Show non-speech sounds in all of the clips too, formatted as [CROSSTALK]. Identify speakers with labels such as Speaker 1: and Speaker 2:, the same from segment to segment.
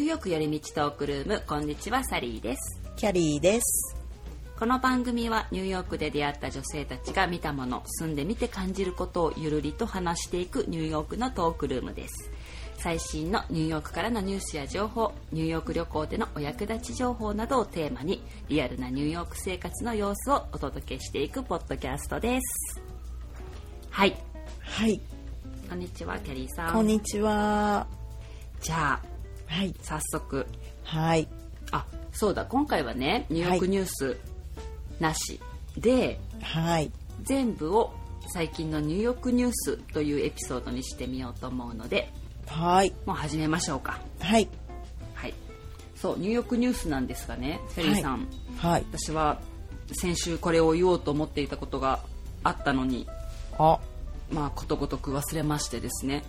Speaker 1: よく寄り道トークルームこんにちはサリーです
Speaker 2: キャリーです。
Speaker 1: この番組はニューヨークで出会った女性たちが見たもの住んでみて感じることをゆるりと話していくニューヨークのトークルームです最新のニューヨークからのニュースや情報ニューヨーク旅行でのお役立ち情報などをテーマにリアルなニューヨーク生活の様子をお届けしていくポッドキャストですはい
Speaker 2: はい、
Speaker 1: こんにちはキャリーさん
Speaker 2: こんにちは。
Speaker 1: じゃあ
Speaker 2: はい、
Speaker 1: 早速
Speaker 2: はい、
Speaker 1: あそうだ今回はねニューヨークニュースなしで
Speaker 2: はい、
Speaker 1: 全部を最近のニューヨークニュースというエピソードにしてみようと思うので
Speaker 2: はい、
Speaker 1: もう始めましょうか
Speaker 2: はい、
Speaker 1: はいそうニューヨークニュースなんですがねフェリーさん、
Speaker 2: はい。
Speaker 1: 私は先週これを言おうと思っていたことがあったのに
Speaker 2: あ、
Speaker 1: まあことごとく忘れましてです
Speaker 2: [LAUGHS]
Speaker 1: ね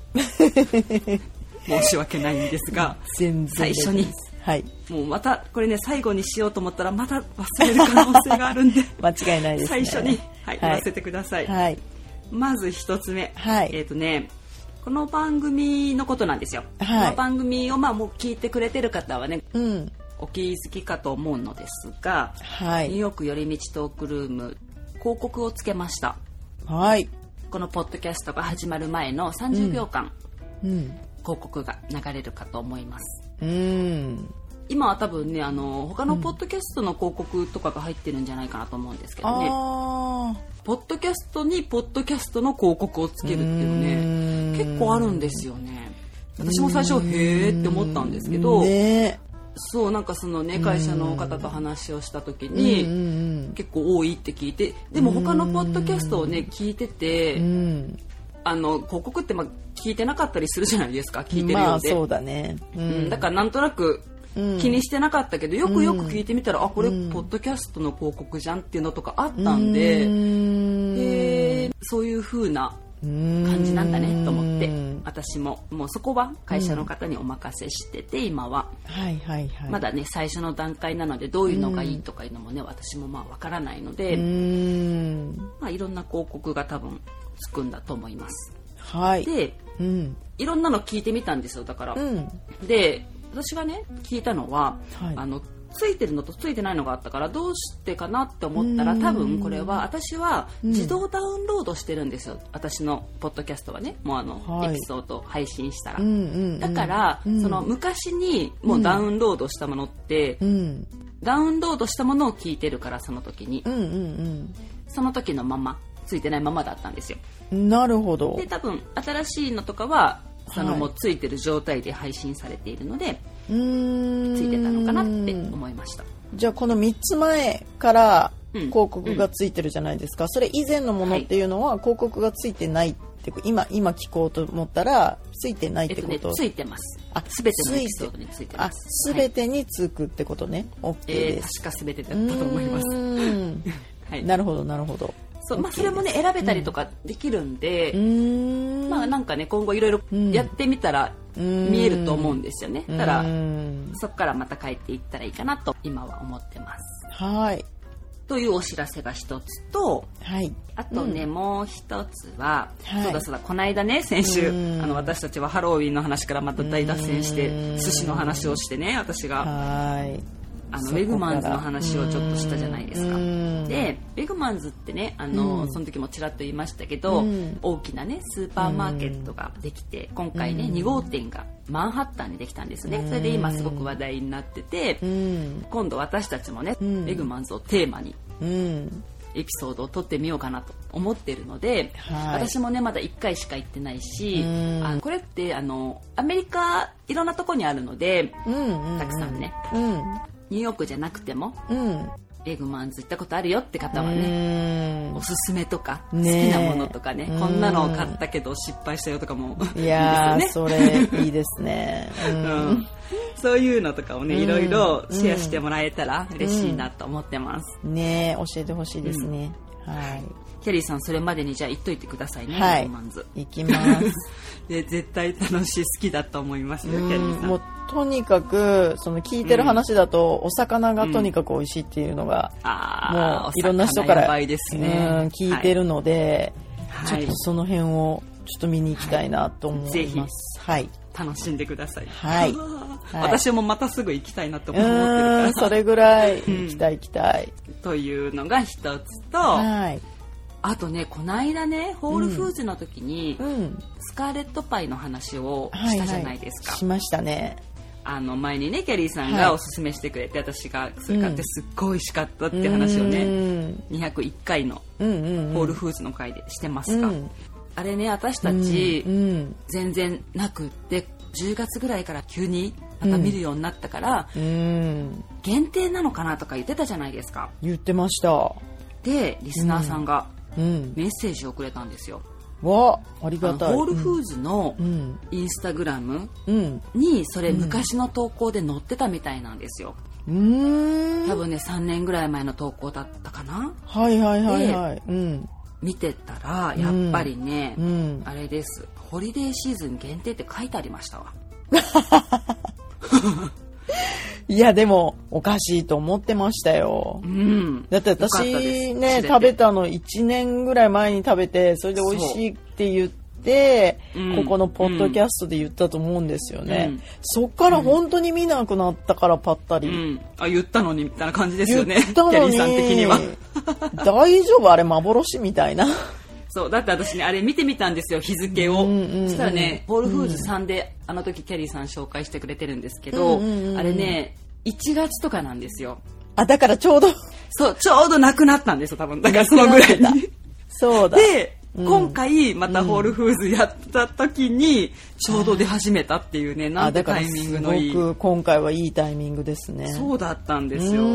Speaker 1: 申し訳ないんですが
Speaker 2: 全然です。
Speaker 1: 最初に
Speaker 2: はい、
Speaker 1: もうまたこれね最後にしようと思ったらまた忘れる可能性があるんで
Speaker 2: 間違いないです
Speaker 1: 最
Speaker 2: ね。
Speaker 1: 初に、はい言わせてください、
Speaker 2: はい、
Speaker 1: まず一つ目、
Speaker 2: はい
Speaker 1: えっ、とねこの番組のことなんですよ、
Speaker 2: はい
Speaker 1: この番組をまあもう聞いてくれてる方はね
Speaker 2: うん、
Speaker 1: お気づきかと思うのですが、
Speaker 2: は
Speaker 1: ニュー
Speaker 2: い、
Speaker 1: ヨーク寄り道トークルーム広告をつけました
Speaker 2: はい、
Speaker 1: このポッドキャストが始まる前の30秒間、
Speaker 2: うん、
Speaker 1: 広告が流れるかと思います
Speaker 2: うん、
Speaker 1: 今は多分ねあの他のポッドキャストの広告とかが入ってるんじゃないかなと思うんですけどね、
Speaker 2: あ
Speaker 1: ポッドキャストにポッドキャストの広告をつけるっていう
Speaker 2: ー
Speaker 1: ね
Speaker 2: うん
Speaker 1: 結構あるんですよね私も最初へーって思ったんですけど、
Speaker 2: ね、
Speaker 1: そうなんかそのね会社の方と話をした時
Speaker 2: うん
Speaker 1: に
Speaker 2: うん
Speaker 1: 結構多いって聞いてでも他のポッドキャストをね聞いて
Speaker 2: う
Speaker 1: て
Speaker 2: ん、
Speaker 1: あの広告ってまあ聞いてなかったりするじゃないですか聞いてる
Speaker 2: ま
Speaker 1: よう
Speaker 2: あ
Speaker 1: で、
Speaker 2: そうだね。う
Speaker 1: うん、だからなんとなく
Speaker 2: うん
Speaker 1: 気にしてなかったけどよくよく聞いてみたら、あこれポッドキャストの広告じゃんっていうのとかあったんで、
Speaker 2: うん
Speaker 1: へーそういう風な感
Speaker 2: 感
Speaker 1: じなんだねと思って私ももうそこは会社の方にお任せしてて今は
Speaker 2: はいはいはい
Speaker 1: まだね最初の段階なのでどういうのがいいとかいうのもね私もまあわからないので、
Speaker 2: うーん
Speaker 1: まあ、いろんな広告が多分つくんだと思います
Speaker 2: はい
Speaker 1: で
Speaker 2: うん
Speaker 1: いろんなの聞いてみたんですよだから、
Speaker 2: うん
Speaker 1: で私がね聞いたのは、
Speaker 2: はい
Speaker 1: あのついてるのとついてないのがあったからどうしてかなって思ったら
Speaker 2: うん
Speaker 1: 多分これは私は
Speaker 2: うん
Speaker 1: 自動ダウンロードしてるんですよ、私のポッドキャストはねもうあの、
Speaker 2: は
Speaker 1: エ
Speaker 2: い
Speaker 1: ピソード配信したら、
Speaker 2: うんうん
Speaker 1: だから、
Speaker 2: うん
Speaker 1: その昔にもうダウンロードしたものって、
Speaker 2: うん
Speaker 1: ダウンロードしたものを聞いてるからその時に
Speaker 2: うんうん
Speaker 1: その時のままついてないままだったんですよ
Speaker 2: うんなるほど
Speaker 1: で多分新しいのとかはその
Speaker 2: はい
Speaker 1: もうついてる状態で配信されているので、
Speaker 2: うーん
Speaker 1: ついてたのかなって思いました
Speaker 2: じゃあこの3つ前から
Speaker 1: うん
Speaker 2: 広告がついてるじゃないですか、それ以前のものっていうのは広告がついてないってこと今今聞こうと思ったらついてないっ
Speaker 1: えってと
Speaker 2: こ
Speaker 1: ね
Speaker 2: と、
Speaker 1: ついてます
Speaker 2: あ
Speaker 1: 全てのエピソードについて
Speaker 2: あ
Speaker 1: ます
Speaker 2: すべてにつくってことね OK
Speaker 1: はいえー
Speaker 2: です、
Speaker 1: 確か全てだったと思います
Speaker 2: うーん
Speaker 1: はい
Speaker 2: なるほどなるほど
Speaker 1: そうまあ、それもね選べたりとかできるんで、
Speaker 2: うーん
Speaker 1: まあなんかね今後いろいろやってみたら
Speaker 2: うん
Speaker 1: 見えると思うんですよね、た
Speaker 2: う
Speaker 1: だ
Speaker 2: ん
Speaker 1: そこからまた帰っていったらいいかなと今は思ってます
Speaker 2: はい
Speaker 1: というお知らせが一つと
Speaker 2: はい
Speaker 1: あとね、もう一つは、
Speaker 2: はい
Speaker 1: そうだそうだこの間ね先週あ
Speaker 2: うん
Speaker 1: の私たちはハロウィンの話からまた大脱線して寿司の話をしてね私が
Speaker 2: はい
Speaker 1: あ
Speaker 2: そ
Speaker 1: のウェ
Speaker 2: こから
Speaker 1: グマンズの話をちょっとしたじゃないですか
Speaker 2: う。ん
Speaker 1: でウェグマンズってねあの、
Speaker 2: うん
Speaker 1: その時もちらっと言いましたけど、
Speaker 2: うん
Speaker 1: 大きなねスーパーマーケットができて今回ね、
Speaker 2: うん
Speaker 1: 2号店がマンハッタンにできたんですね、それで今すごく話題になってて、
Speaker 2: うん
Speaker 1: 今度私たちもね、
Speaker 2: うん
Speaker 1: ウェグマンズをテーマに
Speaker 2: うん
Speaker 1: エピソードを撮ってみようかなと思ってるので、
Speaker 2: はい
Speaker 1: 私もねまだ1回しか行ってないし、
Speaker 2: うん
Speaker 1: あのこれってあのアメリカいろんなとこにあるので
Speaker 2: うんうん
Speaker 1: たくさんね
Speaker 2: うん
Speaker 1: ニューヨークじゃなくても
Speaker 2: うん
Speaker 1: エグマンズ行ったことあるよって方はね、
Speaker 2: ね
Speaker 1: おすすめとか、
Speaker 2: ねえ
Speaker 1: 好きなものとかね
Speaker 2: うん
Speaker 1: こんなのを買ったけど失敗したよとかも [LAUGHS]
Speaker 2: いや
Speaker 1: いい
Speaker 2: ー
Speaker 1: ですよね
Speaker 2: それいいですねう
Speaker 1: うんんそういうのとかをね
Speaker 2: うん
Speaker 1: いろいろシェアしてもらえたら嬉しいなと思ってます、
Speaker 2: ねえ教えてほしいですねは
Speaker 1: キャリーさんそれまでにじゃあ行っといてくださいね、
Speaker 2: はい
Speaker 1: エグマンズ
Speaker 2: い行き
Speaker 1: [LAUGHS]
Speaker 2: ます
Speaker 1: で絶対楽しい好きだと思いますよキャリー
Speaker 2: うん
Speaker 1: さん
Speaker 2: もうとにかくその聞いてる話だと、お魚がとにかく美味しいっていうのが、
Speaker 1: あ
Speaker 2: も
Speaker 1: あ
Speaker 2: ういろんな人から
Speaker 1: やばいですね
Speaker 2: うん聞いてるので、
Speaker 1: はい
Speaker 2: ちょっとその辺をちょっと見に行きたいなと思います。はい
Speaker 1: 楽しんでください [LAUGHS]
Speaker 2: はい
Speaker 1: あ
Speaker 2: はい
Speaker 1: 私もまたすぐ行きたいなって
Speaker 2: う
Speaker 1: 思ってるから
Speaker 2: ーんそれぐらい行きたい行きたい、
Speaker 1: というのが一つと、
Speaker 2: はい
Speaker 1: あとねこないだねホールフーズの時に、
Speaker 2: うん
Speaker 1: スカーレットパイの話を
Speaker 2: は
Speaker 1: したじゃないですか、
Speaker 2: しましたね
Speaker 1: あの前にねキャリーさん
Speaker 2: はい
Speaker 1: がおすすめしてくれて、私がそれ買ってすっごい美味しかったって話を
Speaker 2: う
Speaker 1: ね、
Speaker 2: ん
Speaker 1: 201回の
Speaker 2: うんうんうん
Speaker 1: ホールフーズの回でしてますが、
Speaker 2: うん
Speaker 1: あれね私たち
Speaker 2: うんうん
Speaker 1: 全然なくって10月ぐらいから急にまた見るようになったから、
Speaker 2: うん
Speaker 1: 限定なのかなとか言ってたじゃないですか
Speaker 2: 言ってました
Speaker 1: でリスナーさんが
Speaker 2: うん
Speaker 1: メッセージをくれたんですよ、
Speaker 2: わあり
Speaker 1: あ
Speaker 2: が
Speaker 1: の
Speaker 2: たい
Speaker 1: ホールフーズの
Speaker 2: うん
Speaker 1: インスタグラム
Speaker 2: うん
Speaker 1: にそれ昔の投稿で載ってたみたいなんですよ
Speaker 2: うん
Speaker 1: 多分ね3年ぐらい前の投稿だったかな
Speaker 2: はいはいはいはいうん
Speaker 1: 見てたらやっぱりね、
Speaker 2: うん
Speaker 1: あれですホリデーシーズン限定って書いてありましたわ
Speaker 2: いやでもおかしいと思ってましたよ
Speaker 1: うん
Speaker 2: だって
Speaker 1: よかったです
Speaker 2: 私
Speaker 1: 知
Speaker 2: ね
Speaker 1: れて
Speaker 2: 食べたの1年ぐらい前に食べてそれで美味しいって言って、
Speaker 1: そううん
Speaker 2: ここのポッドキャストで言ったと思うんですよね、
Speaker 1: うん
Speaker 2: そっから本当に見なくなったからパッタ
Speaker 1: う
Speaker 2: リ、
Speaker 1: ん、あ言ったのにみたいな感じです
Speaker 2: 言
Speaker 1: よ
Speaker 2: っ
Speaker 1: ね
Speaker 2: た
Speaker 1: キャリ
Speaker 2: の
Speaker 1: ー
Speaker 2: に
Speaker 1: さん的には
Speaker 2: 大丈夫あれ幻みたいな [LAUGHS]
Speaker 1: そうだって私ねあれ見てみたんですよ日付を、
Speaker 2: うんうんうん
Speaker 1: そしたらねホールフーズさんで、あの時キャリーさん紹介してくれてるんですけど、
Speaker 2: うんうんうんうん
Speaker 1: あれね1月とかなんですよ
Speaker 2: あだからちょうど
Speaker 1: そうちょうどなくなったんですよ多分だからそのぐらい
Speaker 2: なくなって
Speaker 1: に
Speaker 2: そうだ
Speaker 1: で、
Speaker 2: うん
Speaker 1: 今回またホールフーズやった時にちょうど出始めたっていうね、な
Speaker 2: あ
Speaker 1: んて
Speaker 2: だか
Speaker 1: タ
Speaker 2: ら
Speaker 1: イミング
Speaker 2: す
Speaker 1: のいい、
Speaker 2: ごく今回はいいタイミングですね
Speaker 1: そうだったんです
Speaker 2: う
Speaker 1: よ
Speaker 2: ー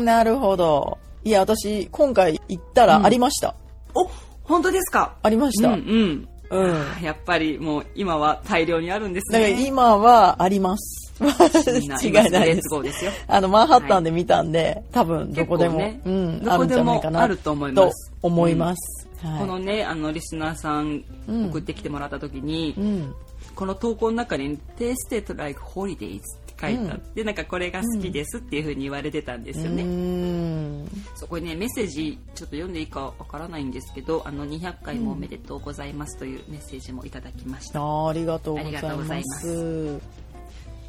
Speaker 2: んなるほどいや私今回行ったらありました、
Speaker 1: お本当ですか
Speaker 2: ありまし
Speaker 1: うん
Speaker 2: た、
Speaker 1: うん
Speaker 2: うん
Speaker 1: やっぱりもう今は大量にあるんです
Speaker 2: だから
Speaker 1: ね。
Speaker 2: 今はあります。
Speaker 1: みんな
Speaker 2: [LAUGHS] 違いない
Speaker 1: 今すぐレッ
Speaker 2: です
Speaker 1: ツ。ゴーですよ。
Speaker 2: あの、マンハッタンで見たんで、多分どこでも、
Speaker 1: 結構
Speaker 2: う
Speaker 1: ね
Speaker 2: ん、
Speaker 1: ど
Speaker 2: ある
Speaker 1: こ
Speaker 2: ん
Speaker 1: で
Speaker 2: じゃ
Speaker 1: も
Speaker 2: ないかな。
Speaker 1: あると思います
Speaker 2: と思います。はい。
Speaker 1: このねあのリスナーさん
Speaker 2: うん
Speaker 1: 送ってきてもらった時に、
Speaker 2: うん。
Speaker 1: この投稿の中に「Tasted like holidays」って書いてあって、なんかこれが好きですっていう風に言われてたんですよね、
Speaker 2: うん。
Speaker 1: そこにねメッセージちょっと読んでいいかわからないんですけど「あの200回もおめでとうございます」というメッセージもいただきました、
Speaker 2: あーありがとうござい
Speaker 1: ありがとうござい
Speaker 2: ま
Speaker 1: ます
Speaker 2: す。うん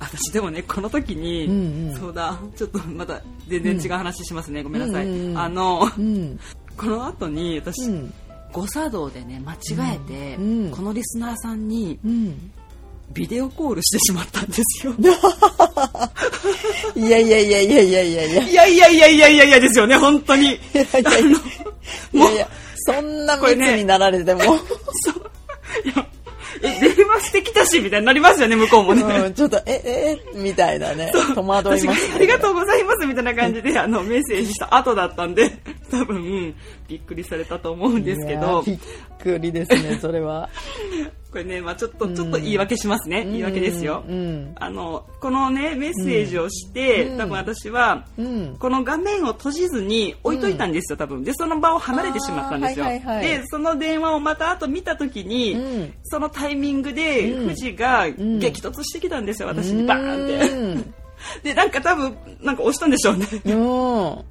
Speaker 1: 私でもねこの時に、
Speaker 2: うんうん
Speaker 1: そうだちょっとまた全然違う話しますね、ごめんなさい、
Speaker 2: うんうんうん
Speaker 1: あの
Speaker 2: うん。
Speaker 1: この後に私、
Speaker 2: うん。
Speaker 1: 誤作動でね間違えて、
Speaker 2: うんうん
Speaker 1: このリスナーさんに
Speaker 2: うん。
Speaker 1: ビデオコールしてしまったんですよ
Speaker 2: いやいやいやいやいやい
Speaker 1: [LAUGHS]
Speaker 2: やいや。い
Speaker 1: いやいやいやいやいやいやですよね本当に
Speaker 2: やいやいやい
Speaker 1: もう
Speaker 2: やいや、そんな
Speaker 1: これ
Speaker 2: 密
Speaker 1: ね
Speaker 2: になられても、
Speaker 1: そういやえ電話してきたしみたいになりますよね向こうもね、
Speaker 2: うん、ちょっと、え、え、みたいなね、戸惑い
Speaker 1: 私
Speaker 2: ま
Speaker 1: が
Speaker 2: す、ね。
Speaker 1: ありがとうございますみたいな感じで
Speaker 2: [LAUGHS]
Speaker 1: あのメッセージした後だったんで多分びっくりされたと思うんですけ
Speaker 2: いや
Speaker 1: ど
Speaker 2: ーびっくりですね、
Speaker 1: [LAUGHS]
Speaker 2: それは。
Speaker 1: これね、まあ、ちょっとちょっと言い訳しますね、言い訳ですよ、
Speaker 2: うん。
Speaker 1: あのこのねメッセージをして、
Speaker 2: うん
Speaker 1: 多分私は
Speaker 2: うん。
Speaker 1: この画面を閉じずに置いといたんですよ、多分でその場を離れてしまったんですよ、
Speaker 2: あーはいはいはい
Speaker 1: でその電話をまた後見た時に、
Speaker 2: うん
Speaker 1: そのタイミングで
Speaker 2: うん
Speaker 1: 富士が
Speaker 2: ん
Speaker 1: 激突してきたんですよ、私にバーンって
Speaker 2: ンっ
Speaker 1: でなんか多分なんか押したんでしょうね
Speaker 2: て。うん。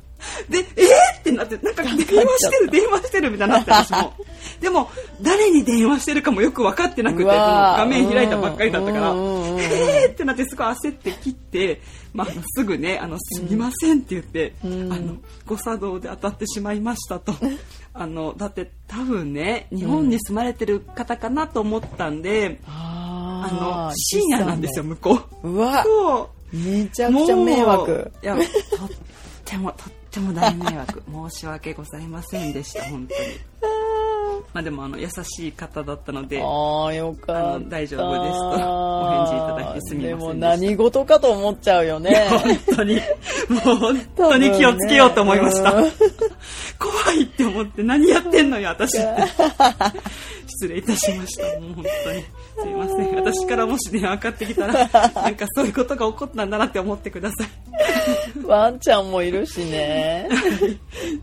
Speaker 1: でえー、ってなってなんか電話してる電話してるみたいになって私も [LAUGHS] でも誰に電話してるかもよく分かってなくて
Speaker 2: う
Speaker 1: その
Speaker 2: わー
Speaker 1: 画面開いたばっかりだったから
Speaker 2: うんうんうんうん
Speaker 1: えー、ってなってすごい焦って切って、まあ、あのすぐね「あのすみません」って言って、
Speaker 2: うん
Speaker 1: あの誤作動で当たってしまいましたと。あのだって多分ね日本に住まれてる方かなと思ったんで、あ
Speaker 2: あ
Speaker 1: の深夜なんですよ。向こ
Speaker 2: うわ
Speaker 1: う。、そう
Speaker 2: めちゃくちゃ迷惑。
Speaker 1: いやとってもとっても大迷惑 [LAUGHS] 申し訳ございませんでした本当にまあでもあの優しい方だったので
Speaker 2: ああ、よか
Speaker 1: あ
Speaker 2: った。
Speaker 1: の大丈夫ですとお返事いただきすみませんでした
Speaker 2: でも何事かと思っちゃうよね。
Speaker 1: 本当にもう本当に気をつけようと思いました、
Speaker 2: うん
Speaker 1: 怖いって思って何やってんのよ私って失礼いたしましたもう本当にすいません私からもし電話かかってきた
Speaker 2: [LAUGHS]
Speaker 1: らなんかそういうことが起こったんだなって思ってください
Speaker 2: ワンちゃん [LAUGHS] もいるしね。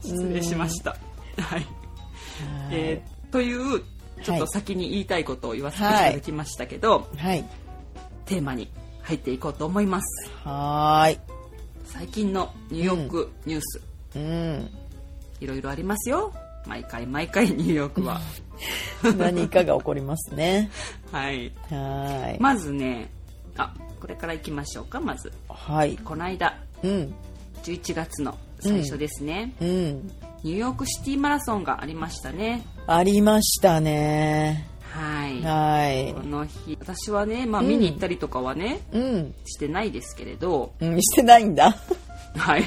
Speaker 1: 失礼しました、はい [LAUGHS] えーというちょっと先に言いたいことを言わせていただきましたけど、
Speaker 2: はい。
Speaker 1: テーマに入っていこうと思います
Speaker 2: はーい。
Speaker 1: 最近のニューヨークニュース、
Speaker 2: うん。
Speaker 1: いろいろありますよ毎回毎回ニューヨークは
Speaker 2: 何かが起こりますね。
Speaker 1: はい
Speaker 2: はーい。
Speaker 1: まずねあこれから行きましょうかまず
Speaker 2: はい
Speaker 1: この間
Speaker 2: うん
Speaker 1: 11月の最初ですね、
Speaker 2: うん
Speaker 1: ニューヨークシティマラソンがありましたね
Speaker 2: ありましたね
Speaker 1: はい
Speaker 2: はい
Speaker 1: この日私はね、まあ、
Speaker 2: うん
Speaker 1: 見に行ったりとかはね、
Speaker 2: うん、
Speaker 1: してないですけれど
Speaker 2: うん、してないんだ [LAUGHS]
Speaker 1: はい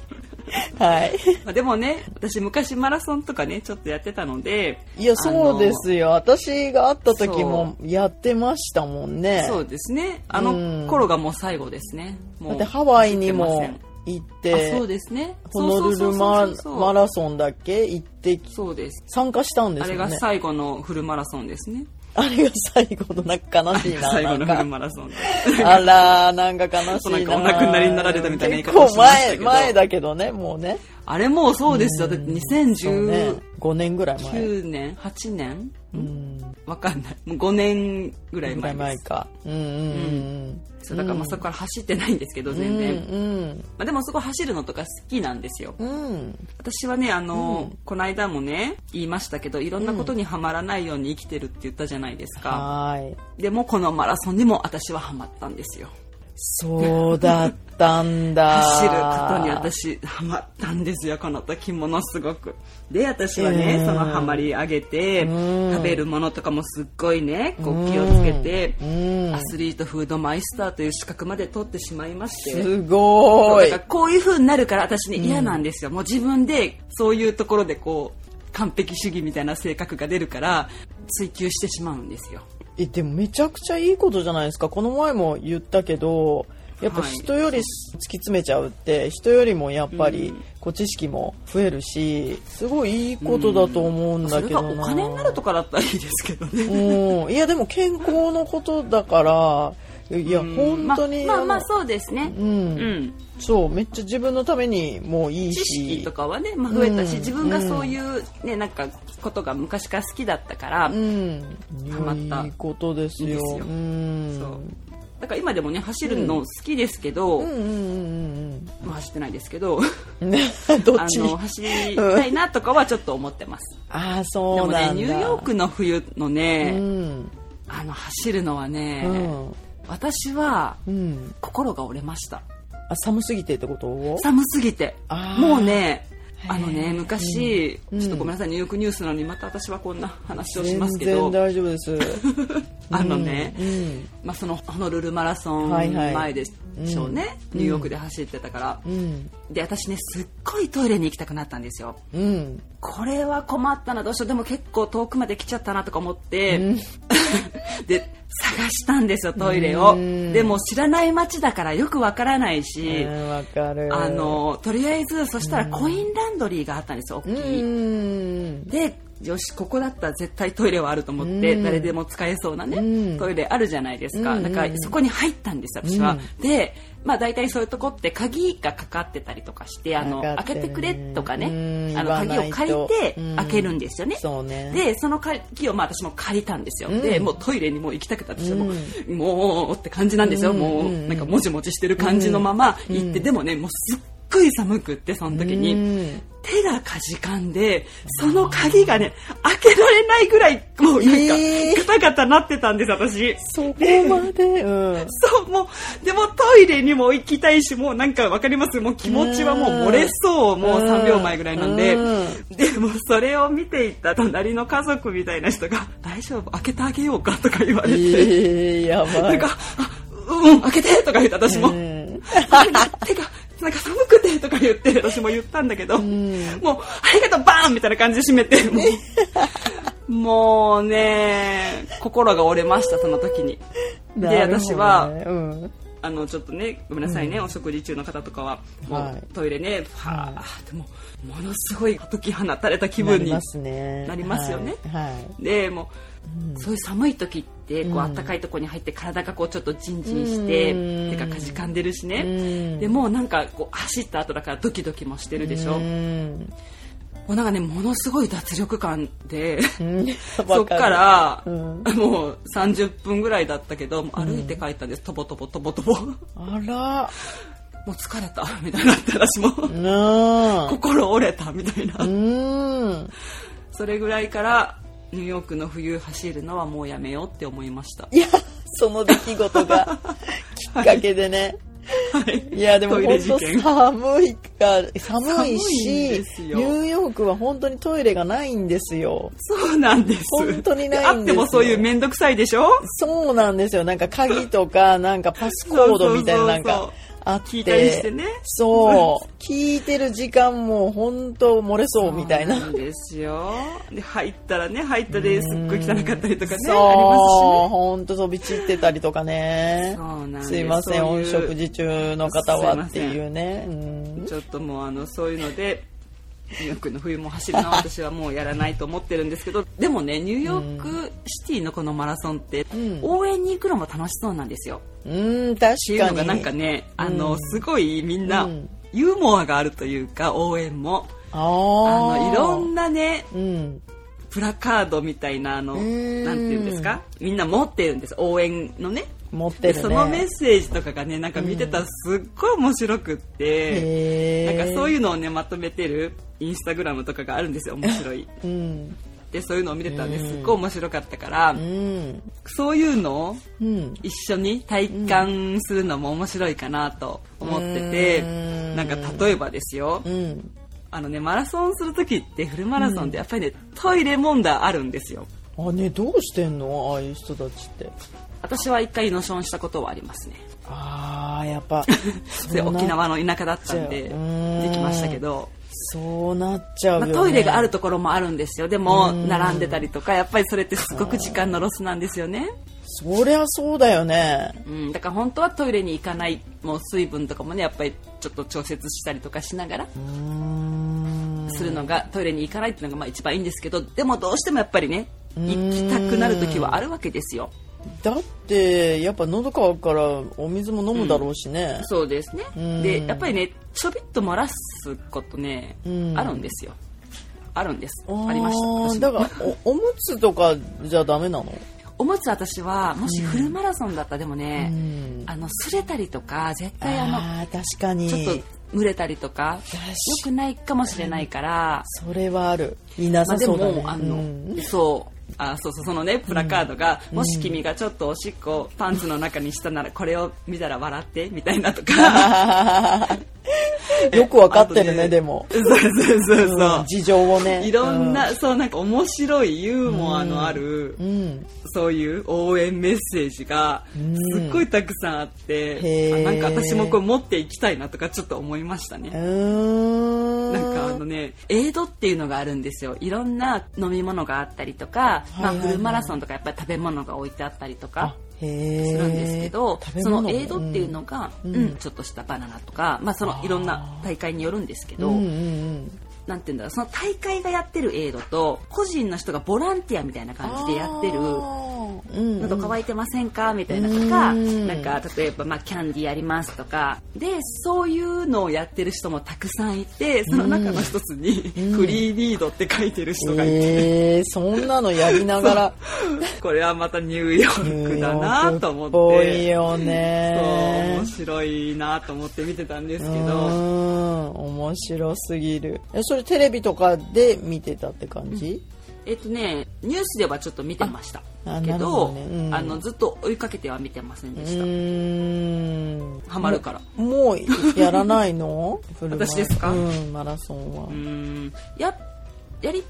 Speaker 1: [LAUGHS]
Speaker 2: はい
Speaker 1: まあでもね私昔マラソンとかねちょっとやってたので
Speaker 2: いや
Speaker 1: あの
Speaker 2: そうですよ私が会った時もやってましたもんね
Speaker 1: そうですねあ
Speaker 2: うん
Speaker 1: の頃がもう最後ですねもう
Speaker 2: だってハワイに
Speaker 1: 走
Speaker 2: も
Speaker 1: ってま
Speaker 2: 行っ
Speaker 1: せんあそ
Speaker 2: て
Speaker 1: うですね
Speaker 2: ホノル
Speaker 1: そうそうそ
Speaker 2: ルマ
Speaker 1: うそう
Speaker 2: マラソンだっけ行ってき
Speaker 1: そうです
Speaker 2: 参加したんで
Speaker 1: あ
Speaker 2: す
Speaker 1: れ
Speaker 2: よ
Speaker 1: が
Speaker 2: ね
Speaker 1: 最後のフルマラソンですね
Speaker 2: あれが最後のなんか悲しいな
Speaker 1: [LAUGHS] 最後のフ
Speaker 2: な
Speaker 1: ル
Speaker 2: んか
Speaker 1: マラソンで
Speaker 2: [LAUGHS] あらーなんか悲しいな
Speaker 1: なんかお亡くなりになられたみたいな言い
Speaker 2: 結
Speaker 1: 方を
Speaker 2: 構
Speaker 1: しましたけ
Speaker 2: 前
Speaker 1: ど
Speaker 2: 前だけどねもうね
Speaker 1: あれもうそうですよだって
Speaker 2: そうね
Speaker 1: 2019
Speaker 2: 5年ぐらい前
Speaker 1: 年8年
Speaker 2: うん
Speaker 1: わかんないもう5年ぐらい
Speaker 2: ぐ
Speaker 1: 前
Speaker 2: らい
Speaker 1: で
Speaker 2: 前
Speaker 1: す
Speaker 2: かうんうんうん
Speaker 1: そうだからまあそこから走ってないんですけど
Speaker 2: うん
Speaker 1: 全然、ま
Speaker 2: うん
Speaker 1: あ、でもそこ走るのとか好きなんですよ
Speaker 2: うん
Speaker 1: 私はねあの、この間もね言いましたけどいろんなことにはまらないように生きてるって言ったじゃないですか、
Speaker 2: はーい
Speaker 1: でもこのマラソンにも私はハマったんですよ
Speaker 2: そうだったんだ
Speaker 1: [LAUGHS] 走ることに私ハマったんですよこの時ものすごくで私はね、
Speaker 2: うん
Speaker 1: そのハマり上げて、
Speaker 2: うん
Speaker 1: 食べるものとかもすっごいねこう気をつけて、
Speaker 2: うん
Speaker 1: アスリートフードマイスターという資格まで取ってしまいまして
Speaker 2: すご
Speaker 1: だ
Speaker 2: い
Speaker 1: からこういう風になるから私ね嫌なんですよ、もう自分でそういうところでこう完璧主義みたいな性格が出るから追求してしまうんですよ
Speaker 2: えでもめちゃくちゃいいことじゃないですかこの前も言ったけどやっぱ
Speaker 1: はい
Speaker 2: 人より突き詰めちゃうって、人よりもやっぱり
Speaker 1: うん
Speaker 2: こう知識も増えるしすごいいいことだと思うんだ
Speaker 1: そ
Speaker 2: け
Speaker 1: れ
Speaker 2: ど
Speaker 1: が
Speaker 2: な、
Speaker 1: お金になるとかだったらいいですけどね
Speaker 2: うんいやでも健康のことだからいや
Speaker 1: うん
Speaker 2: 本当に
Speaker 1: まあまあま
Speaker 2: あ
Speaker 1: あ
Speaker 2: の
Speaker 1: そうですね
Speaker 2: う
Speaker 1: うん、
Speaker 2: ん、そうめっちゃ自分のためにもいい
Speaker 1: 知
Speaker 2: し
Speaker 1: 識とかはね、まあ、増えたし、
Speaker 2: うん
Speaker 1: 自分がそういうねなんかことが昔から好きだったから、
Speaker 2: うん
Speaker 1: ハマった
Speaker 2: いいことですよ
Speaker 1: いいですよ
Speaker 2: うん
Speaker 1: そうだから今でもね走るの好きですけど、
Speaker 2: うんうんうん
Speaker 1: まあ走ってないですけど
Speaker 2: うん [LAUGHS] ねど
Speaker 1: あ
Speaker 2: っち
Speaker 1: の走りたいなとかはちょっと思ってます
Speaker 2: ああ
Speaker 1: で
Speaker 2: そ
Speaker 1: も
Speaker 2: うなん
Speaker 1: ねニ
Speaker 2: だ
Speaker 1: ューヨークの冬のね、
Speaker 2: うん
Speaker 1: あの走るのはね、
Speaker 2: うん
Speaker 1: 私は
Speaker 2: うん
Speaker 1: 心が折れました
Speaker 2: あ寒すぎてってこと
Speaker 1: 寒すぎて
Speaker 2: あー
Speaker 1: もうね
Speaker 2: へー
Speaker 1: あのね昔、
Speaker 2: うん
Speaker 1: ちょっとごめんなさいニューヨークニュースなのにまた私はこんな話をし
Speaker 2: 全
Speaker 1: ますけ
Speaker 2: 然
Speaker 1: ど
Speaker 2: 大丈夫です
Speaker 1: あのね、
Speaker 2: うん
Speaker 1: まあ、そのホノルルマラソン
Speaker 2: はいはい
Speaker 1: 前でしょうね、ニューヨークで走ってたから、
Speaker 2: うん
Speaker 1: で私ねすっごいトイレに行きたくなったんですよ
Speaker 2: うん
Speaker 1: これは困ったなどうしようでも結構遠くまで来ちゃったなとか思って、 [LAUGHS] で探したんですよトイレを、
Speaker 2: うん
Speaker 1: でも知らない街だからよくわからないし、
Speaker 2: うんわかる
Speaker 1: あのとりあえずそしたらコインランドリーがあったんですよ
Speaker 2: う
Speaker 1: 大
Speaker 2: んう
Speaker 1: きい、
Speaker 2: ん
Speaker 1: でよしここだったら絶対トイレはあると思って、
Speaker 2: うん
Speaker 1: 誰でも使えそうなね、
Speaker 2: うん
Speaker 1: トイレあるじゃないですか、
Speaker 2: うん
Speaker 1: だからそこに入ったんです私は、でまあ大体そういうとこって鍵がかかってたりとかしてあの
Speaker 2: かかっ
Speaker 1: 開
Speaker 2: てる
Speaker 1: けてくれとか
Speaker 2: う
Speaker 1: ね
Speaker 2: ん
Speaker 1: あの
Speaker 2: 言わ
Speaker 1: 鍵
Speaker 2: な
Speaker 1: を
Speaker 2: いと
Speaker 1: 借りて
Speaker 2: うん
Speaker 1: 開けるんですよね、
Speaker 2: そうね
Speaker 1: でその鍵をまあ私も借りたんですよ、
Speaker 2: うん
Speaker 1: でもうトイレにもう行きたくて私はもう、
Speaker 2: う
Speaker 1: もうって感じなんですよ、
Speaker 2: うん
Speaker 1: もう
Speaker 2: うん
Speaker 1: なんかもじもじしてる感じのまま行って、
Speaker 2: うん
Speaker 1: でもねもうすっごい寒くってその時に、
Speaker 2: うん
Speaker 1: 手がかじかんでその鍵がね開けられないぐらいもうなんか、
Speaker 2: えー
Speaker 1: ガタガタなってたんです私
Speaker 2: そこまでうん
Speaker 1: そうもうでもトイレにも行きたいしもうなんかわかりますもう気持ちはもう漏れそうもう
Speaker 2: うん
Speaker 1: 3秒前ぐらいなんで
Speaker 2: うん
Speaker 1: でもそれを見ていた隣の家族みたいな人
Speaker 2: [LAUGHS]
Speaker 1: が「大丈夫開けてあげようか」とか言われて、
Speaker 2: えーやば
Speaker 1: なん
Speaker 2: い
Speaker 1: か「あうん開けて」とか言って私も。
Speaker 2: うん
Speaker 1: なんか手がなんか寒くてとか言って私も言ったんだけど、もうありがとうバーンみたいな感じで閉めてもうもうね心が折れましたその時にで、
Speaker 2: なるほどね
Speaker 1: 私は
Speaker 2: うん
Speaker 1: あのちょっとねごめんなさいね、お食事中の方とかはもう、
Speaker 2: はい
Speaker 1: トイレねファーってもうものすごい解き放たれた気
Speaker 2: な
Speaker 1: 分
Speaker 2: り
Speaker 1: に
Speaker 2: ますね
Speaker 1: なりますよね
Speaker 2: はいはい
Speaker 1: でもう、そういう寒い時ってこう暖かいとこに入って体がこうちょっとジンジンして、
Speaker 2: うん
Speaker 1: 手がかじかんでるしね、
Speaker 2: うん
Speaker 1: でもうなんかこう走った後だからドキドキもしてるでしょ、
Speaker 2: う
Speaker 1: も
Speaker 2: ん
Speaker 1: うなんかねものすごい脱力感
Speaker 2: [LAUGHS]
Speaker 1: で
Speaker 2: うん
Speaker 1: そっから、
Speaker 2: うん
Speaker 1: もう30分ぐらいだったけどもう歩いて帰ったんです、とぼとぼとぼとぼ [LAUGHS] も
Speaker 2: あら
Speaker 1: う疲れたみたいになって私も
Speaker 2: なあ
Speaker 1: 心折れたみたいうな
Speaker 2: ーん
Speaker 1: それぐらいからニューヨークの冬走るのはもうやめようって思いました
Speaker 2: いやその出来事がっかけでね。いやでも
Speaker 1: トイレ
Speaker 2: 本
Speaker 1: 事
Speaker 2: 当
Speaker 1: 件
Speaker 2: 寒いか寒い
Speaker 1: 寒いん
Speaker 2: し
Speaker 1: です
Speaker 2: ニ
Speaker 1: よ
Speaker 2: ューヨークは本当にトイレがないんですよ
Speaker 1: そうなんです。
Speaker 2: 本当にないんですよ
Speaker 1: あってもそういう面倒くさいでしょ
Speaker 2: そうなんですよなんか鍵とかなんかパスコードみたいなな
Speaker 1: そうそ
Speaker 2: ん
Speaker 1: う
Speaker 2: か
Speaker 1: そう
Speaker 2: あって
Speaker 1: 聞いたりしてね。
Speaker 2: そう聞いてる時間も本当漏れそうみたいな
Speaker 1: [LAUGHS] そうなんですよ。で、入ったらね、入ったですっごい汚かったりとかね、
Speaker 2: そう
Speaker 1: ありますしね。
Speaker 2: 本当飛び散ってたりとかね
Speaker 1: そうなんです
Speaker 2: いません
Speaker 1: そうい
Speaker 2: お
Speaker 1: う
Speaker 2: 食事中の方はっていうねうん
Speaker 1: ちょっともうあのそういうのでニューヨークの冬も走るのは私はもうやらないと思ってるんですけどでもねニューヨークシティのこのマラソンって
Speaker 2: ん
Speaker 1: 応援に行くのも楽しそうなんですよ。
Speaker 2: うん
Speaker 1: って
Speaker 2: 確
Speaker 1: いう
Speaker 2: か
Speaker 1: のが
Speaker 2: に
Speaker 1: なんかねあのすごいみんな
Speaker 2: うん
Speaker 1: ユーモアがあるというか応援も
Speaker 2: あ
Speaker 1: あ
Speaker 2: ー
Speaker 1: のいろんなね
Speaker 2: うん
Speaker 1: プラカードみたいなあの
Speaker 2: う
Speaker 1: なんて
Speaker 2: ん
Speaker 1: いうんですかみんな持ってるんです応援のね。
Speaker 2: 持っ
Speaker 1: で
Speaker 2: てるね
Speaker 1: そのメッセージとかがねなんか見てたらすっごい面白くって。
Speaker 2: へ
Speaker 1: なん
Speaker 2: ー
Speaker 1: かそういうのをねまとめてるインスタグラムとかがあるんですよ面白
Speaker 2: [LAUGHS]
Speaker 1: い
Speaker 2: うん
Speaker 1: でそういうのを見てたんですっごい面白かったから、
Speaker 2: うん
Speaker 1: そういうのを
Speaker 2: うん
Speaker 1: 一緒に体感するのも面白いかなと思ってて、
Speaker 2: うん
Speaker 1: なんか例えばですよ、
Speaker 2: うん
Speaker 1: あのねマラソンする時ってフルマラソンってやっぱりねトイレ問題あるんですよ
Speaker 2: あねどうしてんのああいう人たちって
Speaker 1: 私は一回ノションしたことはありますね
Speaker 2: ああやっ [LAUGHS] ぱ
Speaker 1: それ
Speaker 2: うな
Speaker 1: 沖縄の田舎だったんでで
Speaker 2: じゃあうん
Speaker 1: きましたけど
Speaker 2: そうなっちゃう
Speaker 1: ま
Speaker 2: よ、
Speaker 1: あ、
Speaker 2: ね
Speaker 1: トイレがあるところもあるんですよでも並んでたりとかやっぱりそれってすごく時間のロスなんですよね、
Speaker 2: そりゃそうだよね
Speaker 1: うん、だから本当はトイレに行かないもう水分とかもねやっぱりちょっと調節したりとかしながら
Speaker 2: うーん
Speaker 1: するのがトイレに行かないっていうのがまあ一番いいんですけどでもどうしてもやっぱりね
Speaker 2: うん
Speaker 1: 行きたくなる時はあるわけですよ
Speaker 2: だってやっぱ喉乾くからお水も飲むだろうしね、
Speaker 1: そうですね
Speaker 2: うん
Speaker 1: でやっぱりねちょびっと漏らすことね
Speaker 2: うん
Speaker 1: あるんですよあるんです
Speaker 2: ー
Speaker 1: ありました私も
Speaker 2: だからおおむつとかじゃダメなの
Speaker 1: おむつ私はもしフルマラソンだったらでもね、
Speaker 2: うん
Speaker 1: あの擦れたりとか絶対あの
Speaker 2: あー確かに
Speaker 1: ちょっと蒸れたりとか
Speaker 2: 確かに
Speaker 1: 良くないかもしれないから、
Speaker 2: それはあるいな
Speaker 1: まあ、
Speaker 2: さ
Speaker 1: で
Speaker 2: そうだね、
Speaker 1: もあの、
Speaker 2: うん [LAUGHS]
Speaker 1: そう。あそうそうそのねプラカードが、もし君がちょっとおしっこをパンツの中にしたならこれを見たら笑ってみたいなとか
Speaker 2: よくわかってるね
Speaker 1: あと
Speaker 2: でも、
Speaker 1: そうそうそう
Speaker 2: う
Speaker 1: そ
Speaker 2: ん事情を
Speaker 1: う、
Speaker 2: ね
Speaker 1: いろんな、そうなんか面白いユーモアのある、
Speaker 2: うん、うん
Speaker 1: そういう応援メッセージが
Speaker 2: うん
Speaker 1: すっごいたくさんあっ
Speaker 2: へ
Speaker 1: て、
Speaker 2: ー
Speaker 1: あなんか私もこれ持っていきたいなとかちょっと思いましたね
Speaker 2: う。ーん
Speaker 1: なんかあのねエイドっていうのがあるんですよいろんな飲み物があったりとか、
Speaker 2: はいはいはい
Speaker 1: まあ、フルマラソンとかやっぱり食べ物が置いてあったりとか
Speaker 2: へえ
Speaker 1: するんですけど、そのエイドっていうの
Speaker 2: が
Speaker 1: が、
Speaker 2: う
Speaker 1: うんんちょっとしたバナナとか、まあ、そのいろんな大会によるんですけど、
Speaker 2: うんうんうん
Speaker 1: なんていうんだろうその大会がやってるエイドと個人の人がボランティアみたいな感じでやってる。
Speaker 2: る
Speaker 1: 喉乾いてませんかみたいなとか
Speaker 2: うん
Speaker 1: なんか例えば、まあ、キャンディーやりますとかでそういうのをやってる人もたくさんいてその中の一つに「フリーリード」って書いてる人がいて、
Speaker 2: えー、そんなのやりながら
Speaker 1: これはまたニューヨークだなと思
Speaker 2: ニューヨークっぽ
Speaker 1: っ
Speaker 2: い
Speaker 1: て。
Speaker 2: よ
Speaker 1: そう
Speaker 2: ね
Speaker 1: 面白いなと思って見てたんですけど
Speaker 2: うん面白すぎるえそれテレビとかで見てたって感じ、
Speaker 1: えっとねニュースではちょっと見てました
Speaker 2: ああ
Speaker 1: け
Speaker 2: なるほど
Speaker 1: ど
Speaker 2: ねうん
Speaker 1: あのずっと追いかけては見てませんで
Speaker 2: う
Speaker 1: した
Speaker 2: ーん
Speaker 1: ハマるから
Speaker 2: もうやらな
Speaker 1: [LAUGHS]
Speaker 2: いのフルマラ
Speaker 1: 私ですか
Speaker 2: うん、マラソンは
Speaker 1: うーんややり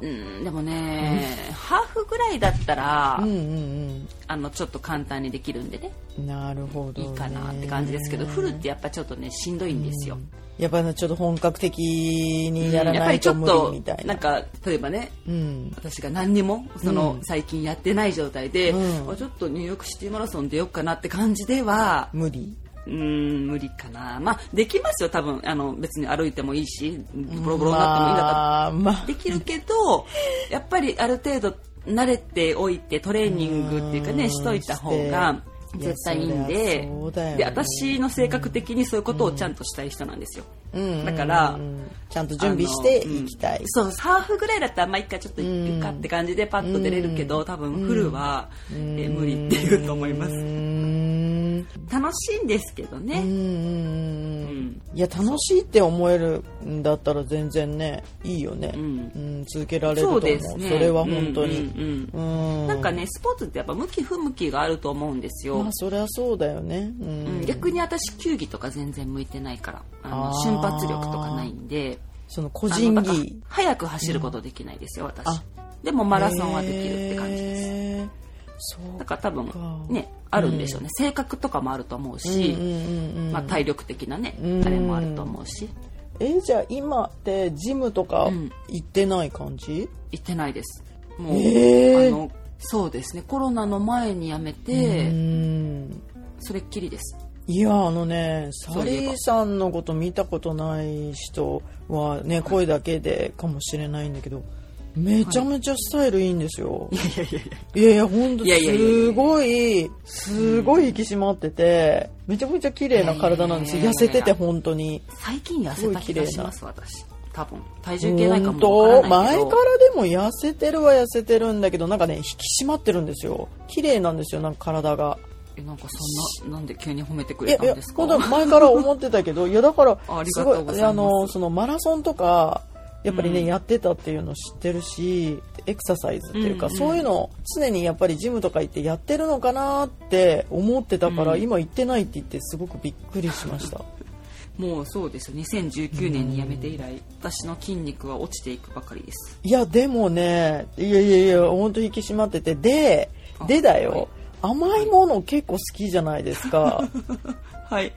Speaker 1: うんでもね、ハーフぐらいだったら、
Speaker 2: うんうん
Speaker 1: あのちょっと簡単にできるんでね
Speaker 2: うんなるほど
Speaker 1: い
Speaker 2: ね、
Speaker 1: いかなって感じですけど、フルってやっぱちょっとねしんどいんですよ、
Speaker 2: やっぱねちょっと本格的にやら
Speaker 1: やっぱ
Speaker 2: ない
Speaker 1: りち
Speaker 2: と
Speaker 1: ょっ
Speaker 2: 無
Speaker 1: と
Speaker 2: 理みたいな,、
Speaker 1: なんか例えばね
Speaker 2: うん、
Speaker 1: 私が何にもその、最近やってない状態で、
Speaker 2: うん
Speaker 1: あちょっとニューヨークシティマラソン出ようかなって感じでは
Speaker 2: 無理
Speaker 1: うーん無理かなまあできますよ多分あの別に歩いてもいいしボロボロになってもいいんだったら
Speaker 2: まあ、まあ
Speaker 1: できるけどやっぱりある程度慣れておいてトレーニングっていうか
Speaker 2: う
Speaker 1: ね
Speaker 2: ん
Speaker 1: しといた方が
Speaker 2: して
Speaker 1: 絶対いいん
Speaker 2: いやそり
Speaker 1: で
Speaker 2: ゃそうだよね
Speaker 1: で私の性格的にそういうことをちゃんとしたい人なんですよ。
Speaker 2: うんうんうん
Speaker 1: だから
Speaker 2: ちゃんと準備していきたい、
Speaker 1: あのうんそうハーフぐらいだったらまあ一回ちょっと行くかって感じでパッと出れるけど多分フルは、えー無理っていうと思います
Speaker 2: うーん
Speaker 1: うん、楽しいんですけど
Speaker 2: うんうん
Speaker 1: ね、
Speaker 2: うん
Speaker 1: う
Speaker 2: うん
Speaker 1: ん
Speaker 2: いや楽しいって思えるんだったら全然ねいいよね、
Speaker 1: う
Speaker 2: うん
Speaker 1: ん、
Speaker 2: 続けられると
Speaker 1: そ
Speaker 2: 思う
Speaker 1: うですね
Speaker 2: れは本当
Speaker 1: うん
Speaker 2: に、
Speaker 1: うんうん
Speaker 2: うん
Speaker 1: なんかねスポーツってやっぱ向き不向きがあると思うんですよ、
Speaker 2: まあそりゃそうだよね、うん
Speaker 1: うん逆に私球技とか全然向いてないからあの
Speaker 2: あー
Speaker 1: 瞬発力とかないんで
Speaker 2: その個人
Speaker 1: あのだから
Speaker 2: 技
Speaker 1: 早く走ることできないですよ、私
Speaker 2: あ
Speaker 1: でもマラソンはできるって感じです、
Speaker 2: へーそう
Speaker 1: だから多分
Speaker 2: か
Speaker 1: ねあるんでしょうね、性格とかもあると思うし、
Speaker 2: うんうんうんうん
Speaker 1: まあ、体力的なね、
Speaker 2: うん
Speaker 1: あれもあると思うし
Speaker 2: えーじゃあ今ってジムとか
Speaker 1: うん
Speaker 2: 行ってない感じ、
Speaker 1: 行ってないですもう、
Speaker 2: えー
Speaker 1: あのそうですねコロナの前に辞め
Speaker 2: う
Speaker 1: て、
Speaker 2: ん
Speaker 1: それっきりです
Speaker 2: いやあのね
Speaker 1: そ
Speaker 2: サ
Speaker 1: ういえば
Speaker 2: リーさんのこと見たことない人はね声だけでかもしれないんだけどめちゃめちゃスタイルいいんですよ、
Speaker 1: いやいやいやいや
Speaker 2: い、やいやほんと
Speaker 1: いやいやいやいや
Speaker 2: すごいすごい引き締まっててめちゃめちゃ綺麗な体なんですよ
Speaker 1: いやいやい
Speaker 2: 痩
Speaker 1: や
Speaker 2: せ
Speaker 1: いや
Speaker 2: てて本当に
Speaker 1: 最近痩せた気がします私多分体重計ないか
Speaker 2: 本
Speaker 1: もわからな
Speaker 2: 当
Speaker 1: い
Speaker 2: 前
Speaker 1: け
Speaker 2: か
Speaker 1: ど
Speaker 2: らでも痩せてるは痩せてるんだけどなんかね引き締まってるんですよ綺麗なんですよなんか体が
Speaker 1: えなんかそんななんで急に褒めてく
Speaker 2: い
Speaker 1: れ
Speaker 2: や
Speaker 1: た
Speaker 2: いや
Speaker 1: んですか
Speaker 2: これ前から思ってたけどいやだから
Speaker 1: [LAUGHS] あり
Speaker 2: す
Speaker 1: が
Speaker 2: ご
Speaker 1: と
Speaker 2: いう
Speaker 1: ございます
Speaker 2: あのそのマラソンとかやっぱりね、
Speaker 1: うん
Speaker 2: やってたっていうの知ってるしエクササイズっていうか、
Speaker 1: うんうん
Speaker 2: そういうの常にやっぱりジムとか行ってやってるのかなって思ってたから、
Speaker 1: うん
Speaker 2: 今行ってないって言ってすごくびっくりしました [LAUGHS]
Speaker 1: もうそうですよ2019年に辞めて以来、私の筋肉は落ちていくばかりです
Speaker 2: いやでもねいやいやいや本当引き締まっててで
Speaker 1: あ
Speaker 2: でだよ、
Speaker 1: はい
Speaker 2: 甘いもの結構好きじゃないですか
Speaker 1: はい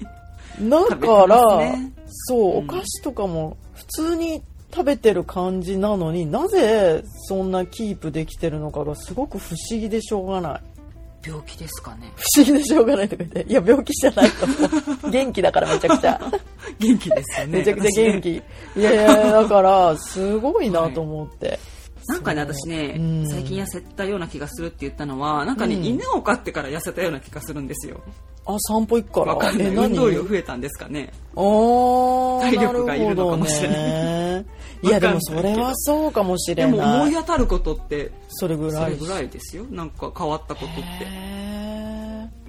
Speaker 2: だ
Speaker 1: 食べてま
Speaker 2: か
Speaker 1: す
Speaker 2: ら、
Speaker 1: ね
Speaker 2: そう、
Speaker 1: うん
Speaker 2: お菓子とかも普通に食べてる感じなのになぜそんなキープできてるのかがすごく不思議でしょうがない
Speaker 1: 病気ですかね
Speaker 2: 不思議でしょうがないとか言っていや病気じゃない
Speaker 1: [LAUGHS]
Speaker 2: と思う元気だからめちゃくちゃ、
Speaker 1: 元気ですよね
Speaker 2: めちゃくちゃ元気、いやいやだからすごいなと思って、
Speaker 1: なんかね私ね、
Speaker 2: うん
Speaker 1: 最近痩せたような気がするって言ったのはなんかね、
Speaker 2: うん
Speaker 1: 犬を飼ってから痩せたような気がするんですよ
Speaker 2: あ散歩行くから
Speaker 1: わかんない
Speaker 2: え
Speaker 1: 運
Speaker 2: 何
Speaker 1: 動量増えたんですかね
Speaker 2: ああ
Speaker 1: 体力がいるのかもしれない
Speaker 2: いいやでもそれはそうかもしれ
Speaker 1: で
Speaker 2: ない
Speaker 1: も思い当たることって
Speaker 2: それぐ
Speaker 1: そ
Speaker 2: ら
Speaker 1: れ
Speaker 2: い
Speaker 1: ぐらいですよなんか変わったことって
Speaker 2: へ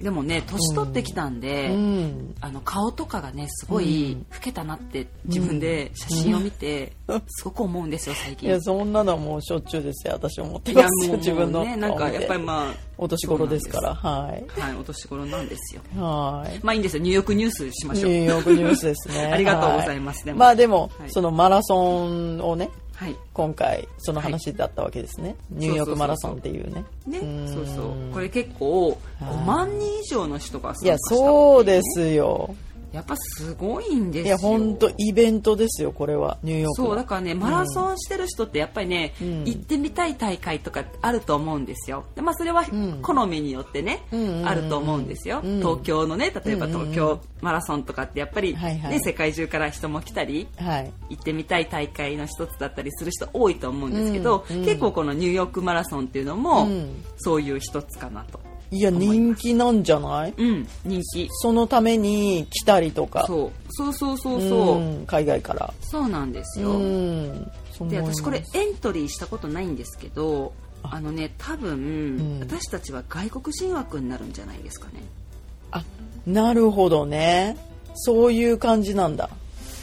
Speaker 1: でもね年取ってきたんで、
Speaker 2: ーうん
Speaker 1: あの顔とかがねすごい
Speaker 2: うん
Speaker 1: 老けたなって自分で写真を見てすごく思うんですよ最
Speaker 2: い
Speaker 1: 近。
Speaker 2: やそんなのはもうしょっちゅうですよ私思って
Speaker 1: い
Speaker 2: ま
Speaker 1: や
Speaker 2: す
Speaker 1: も
Speaker 2: よ
Speaker 1: う
Speaker 2: 自分
Speaker 1: も
Speaker 2: の
Speaker 1: うねなんかやっぱりま
Speaker 2: お年頃ですからはい
Speaker 1: あ、はい、お年頃なんですよ
Speaker 2: はい
Speaker 1: まあいいんですよ入浴ニュースしま
Speaker 2: ニ
Speaker 1: しょう
Speaker 2: ューヨークニュースですね
Speaker 1: [LAUGHS] ありがとうございます
Speaker 2: は
Speaker 1: でも
Speaker 2: まあでも、
Speaker 1: はい
Speaker 2: そのマラソンをね
Speaker 1: はい
Speaker 2: 今回その話だったわけですね、ニューヨークマラソンっていうね
Speaker 1: ね
Speaker 2: ん
Speaker 1: そうそうこれ結構
Speaker 2: はい
Speaker 1: 5万人以上の人が参加した
Speaker 2: いやそうですよ
Speaker 1: やっぱすごいんですよ
Speaker 2: いや本当イベントですよこれはニューヨークの
Speaker 1: そうだからねマラソンしてる人ってやっぱりね、
Speaker 2: うん
Speaker 1: 行ってみたい大会とかあると思うんですよで、まあ、それは
Speaker 2: ん
Speaker 1: 好みによってね、
Speaker 2: うんうんうん
Speaker 1: あると思うんですよ、
Speaker 2: うん
Speaker 1: 東京のね例えば
Speaker 2: うんうんうん
Speaker 1: 東京マラソンとかってやっぱり、ね
Speaker 2: はいはい
Speaker 1: 世界中から人も来たり
Speaker 2: はい
Speaker 1: 行ってみたい大会の一つだったりする人多いと思うんですけど、
Speaker 2: うんうん
Speaker 1: 結構このニューヨークマラソンっていうのも、
Speaker 2: うん
Speaker 1: そういう一つかなと、
Speaker 2: いや人気なんじゃない
Speaker 1: うん、人気
Speaker 2: そのために来たりとか
Speaker 1: そうそうそうそうそう、
Speaker 2: うん海外から
Speaker 1: そうなんですよ、
Speaker 2: うんそう思
Speaker 1: で
Speaker 2: いま
Speaker 1: 私
Speaker 2: す
Speaker 1: これエントリーしたことないんですけど
Speaker 2: あ
Speaker 1: あのね多分、
Speaker 2: ん
Speaker 1: 私たちは外国人枠になるんじゃないですかね
Speaker 2: あなるほどねそういう感じなんだ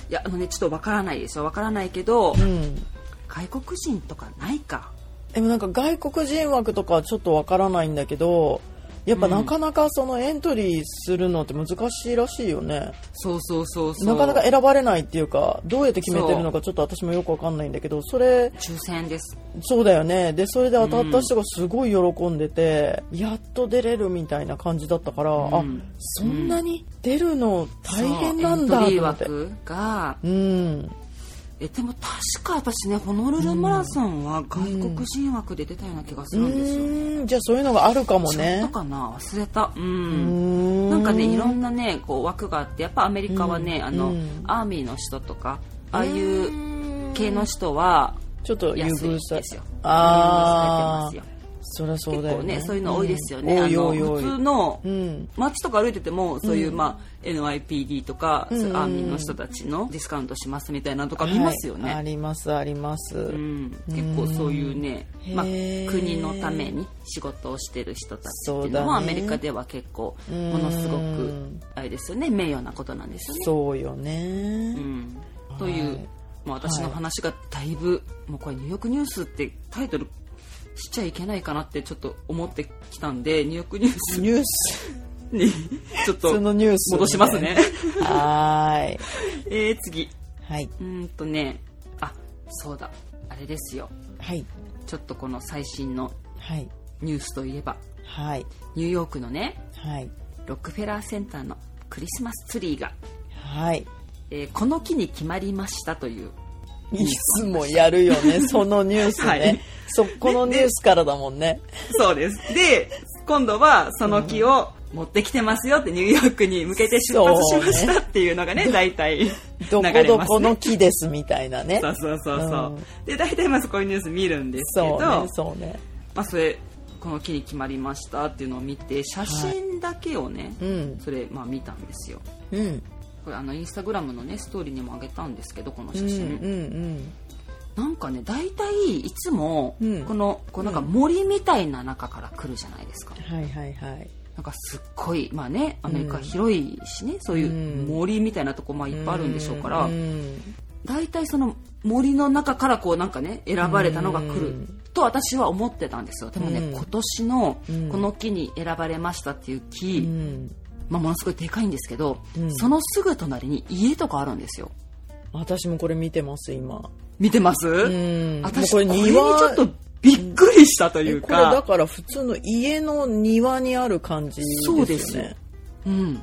Speaker 1: いやあのねちょっとわからないですよわからないけど
Speaker 2: うん
Speaker 1: 外国人とかないか
Speaker 2: でもなんか外国人枠とかはちょっとわからないんだけどやっぱ
Speaker 1: うん
Speaker 2: なかなかそのエントリーするのって難しいらしいよね、
Speaker 1: そうそうそうそう
Speaker 2: なかなか選ばれないっていうかどうやって決めてるのかちょっと私もよくわかんないんだけどそれ
Speaker 1: 抽選です
Speaker 2: そうだよねでそれで当たった人がすごい喜んでて、やっと出れるみたいな感じだったから、
Speaker 1: ん
Speaker 2: あそんなに出るの大変なん
Speaker 1: そう
Speaker 2: だ
Speaker 1: エントリー
Speaker 2: と思って。
Speaker 1: 枠が
Speaker 2: うん、
Speaker 1: えでも確か私ねホノルルマラソンは外国人枠で出たような気がす
Speaker 2: う
Speaker 1: るんですよ、
Speaker 2: ーんじゃあそういうのがあるかも
Speaker 1: ちょ
Speaker 2: ね
Speaker 1: っと。かな忘れた
Speaker 2: うー
Speaker 1: なんかねいろんなねこう枠があってやっぱアメリカはね、
Speaker 2: うん
Speaker 1: あの
Speaker 2: うん
Speaker 1: アーミーの人とかああいう
Speaker 2: う
Speaker 1: 系の人は
Speaker 2: ちょっと優
Speaker 1: 安い
Speaker 2: 遇
Speaker 1: ん
Speaker 2: した
Speaker 1: ですよ。
Speaker 2: ああ
Speaker 1: 優遇されてますよ
Speaker 2: そりゃそう
Speaker 1: 結
Speaker 2: だよ
Speaker 1: 構
Speaker 2: ね
Speaker 1: ねそういうの多いですよね、
Speaker 2: うん、
Speaker 1: あ
Speaker 2: おい
Speaker 1: の
Speaker 2: おいおい
Speaker 1: 普通の
Speaker 2: うん
Speaker 1: 街とか歩いててもそういう、まあ、NIPD とか、
Speaker 2: うん
Speaker 1: そういうアーミーの人たちのディスカウントしますみたいなのとか見ますよね、
Speaker 2: はいありますあります、
Speaker 1: うん、結構そういうね、
Speaker 2: うん
Speaker 1: まあ、
Speaker 2: へー
Speaker 1: 国のために仕事をしてる人たちっていうの
Speaker 2: そ
Speaker 1: は
Speaker 2: うだ
Speaker 1: ア
Speaker 2: ね
Speaker 1: メリカでは結構
Speaker 2: うん
Speaker 1: ものすごくあれですよね名誉なことなんですよね。
Speaker 2: そうよね、
Speaker 1: うん、という、
Speaker 2: はい
Speaker 1: まあ、私の話がだいぶ、もうこれ「ニューヨークニュース」ってタイトルしちゃいけないかなってちょっと思ってきたんでニューヨークニュース
Speaker 2: ニュース
Speaker 1: にちょっ
Speaker 2: 普通
Speaker 1: と
Speaker 2: のニュース
Speaker 1: 戻しますね。
Speaker 2: はーい
Speaker 1: [LAUGHS] えー、次
Speaker 2: はい、
Speaker 1: うーんとねあそうだあれですよ
Speaker 2: はい、
Speaker 1: ちょっとこの最新の
Speaker 2: はい、
Speaker 1: ニュースといえば
Speaker 2: はい、
Speaker 1: ニューヨークのね
Speaker 2: はい、
Speaker 1: ロックフェラーセンターのクリスマスツリーが、
Speaker 2: はい。
Speaker 1: えーこの木に決まりましたという
Speaker 2: いつもやるよ
Speaker 1: [LAUGHS]
Speaker 2: ね、そのニュースね。
Speaker 1: はい
Speaker 2: そこのニュースからだもんね。
Speaker 1: そうですで今度はその木を持ってきてますよってニューヨークに向けて出発しましたっていうのがね大体流
Speaker 2: どこ
Speaker 1: れ
Speaker 2: ど
Speaker 1: ます
Speaker 2: この
Speaker 1: ね
Speaker 2: 木ですみたいなね
Speaker 1: そ。うそうそうそう、
Speaker 2: うん
Speaker 1: で大体まあそこいうニュース見るんですけど
Speaker 2: そうね、そうね。
Speaker 1: まあ、それこの木に決まりましたっていうのを見て写真だけをね、
Speaker 2: うん、
Speaker 1: それまあ見たんですよ
Speaker 2: うん、
Speaker 1: これあのインスタグラムのねストーリーにもあげたんですけどこの
Speaker 2: うん、う
Speaker 1: 写真、
Speaker 2: ん、
Speaker 1: なんかね大体いつも
Speaker 2: うん
Speaker 1: この、こうなんか森みたいな中から来るじゃないですか、
Speaker 2: うん。はいはいはい。
Speaker 1: なんかすっごいまあねアメリカ
Speaker 2: うん
Speaker 1: 広いしね、そういううん森みたいなとこまあいっぱいあるんでしょうから、
Speaker 2: うん
Speaker 1: 大体その森の中からこうなんかね選ばれたのが来る
Speaker 2: うん
Speaker 1: と私は思ってたんですよでもね、
Speaker 2: うん
Speaker 1: 今年の
Speaker 2: うん
Speaker 1: この木に選ばれましたっていう木、
Speaker 2: うん。
Speaker 1: まあ、ものすごいでかいんですけど、
Speaker 2: うん
Speaker 1: そのすぐ隣に家とかあるんですよ
Speaker 2: 私もこれ見てます、今。
Speaker 1: 見てます、
Speaker 2: うん。
Speaker 1: 私こ
Speaker 2: もう
Speaker 1: れにちょっとびっくりしたという
Speaker 2: えこれだ
Speaker 1: か、
Speaker 2: から普通の家の庭にある感じですよね。
Speaker 1: そうですようん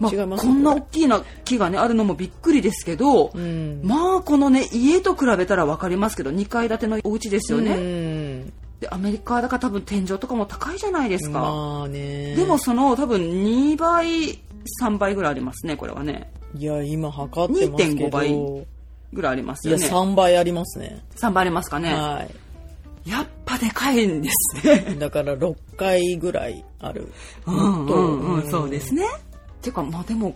Speaker 1: まあ
Speaker 2: 違います
Speaker 1: こんな大きな木が、ね、あるのもびっくりですけど、
Speaker 2: うん。
Speaker 1: まあこのね家と比べたら分かりますけど2階建てのお家ですよね、
Speaker 2: うん。
Speaker 1: でアメリカだから多分天井とかも高いじゃないですか、
Speaker 2: まあね。
Speaker 1: でもその多分2倍3倍ぐらいありますねこれはね
Speaker 2: いや、今測ってますけど。
Speaker 1: 2.5倍ぐらいあります
Speaker 2: い
Speaker 1: よ
Speaker 2: や、
Speaker 1: ね
Speaker 2: 3倍ありますね。
Speaker 1: 3倍ありますかね、
Speaker 2: は
Speaker 1: やっぱでかいんですね
Speaker 2: い。だから6回ぐらいある。
Speaker 1: うんうんうん
Speaker 2: うん
Speaker 1: そうですねてかまあでも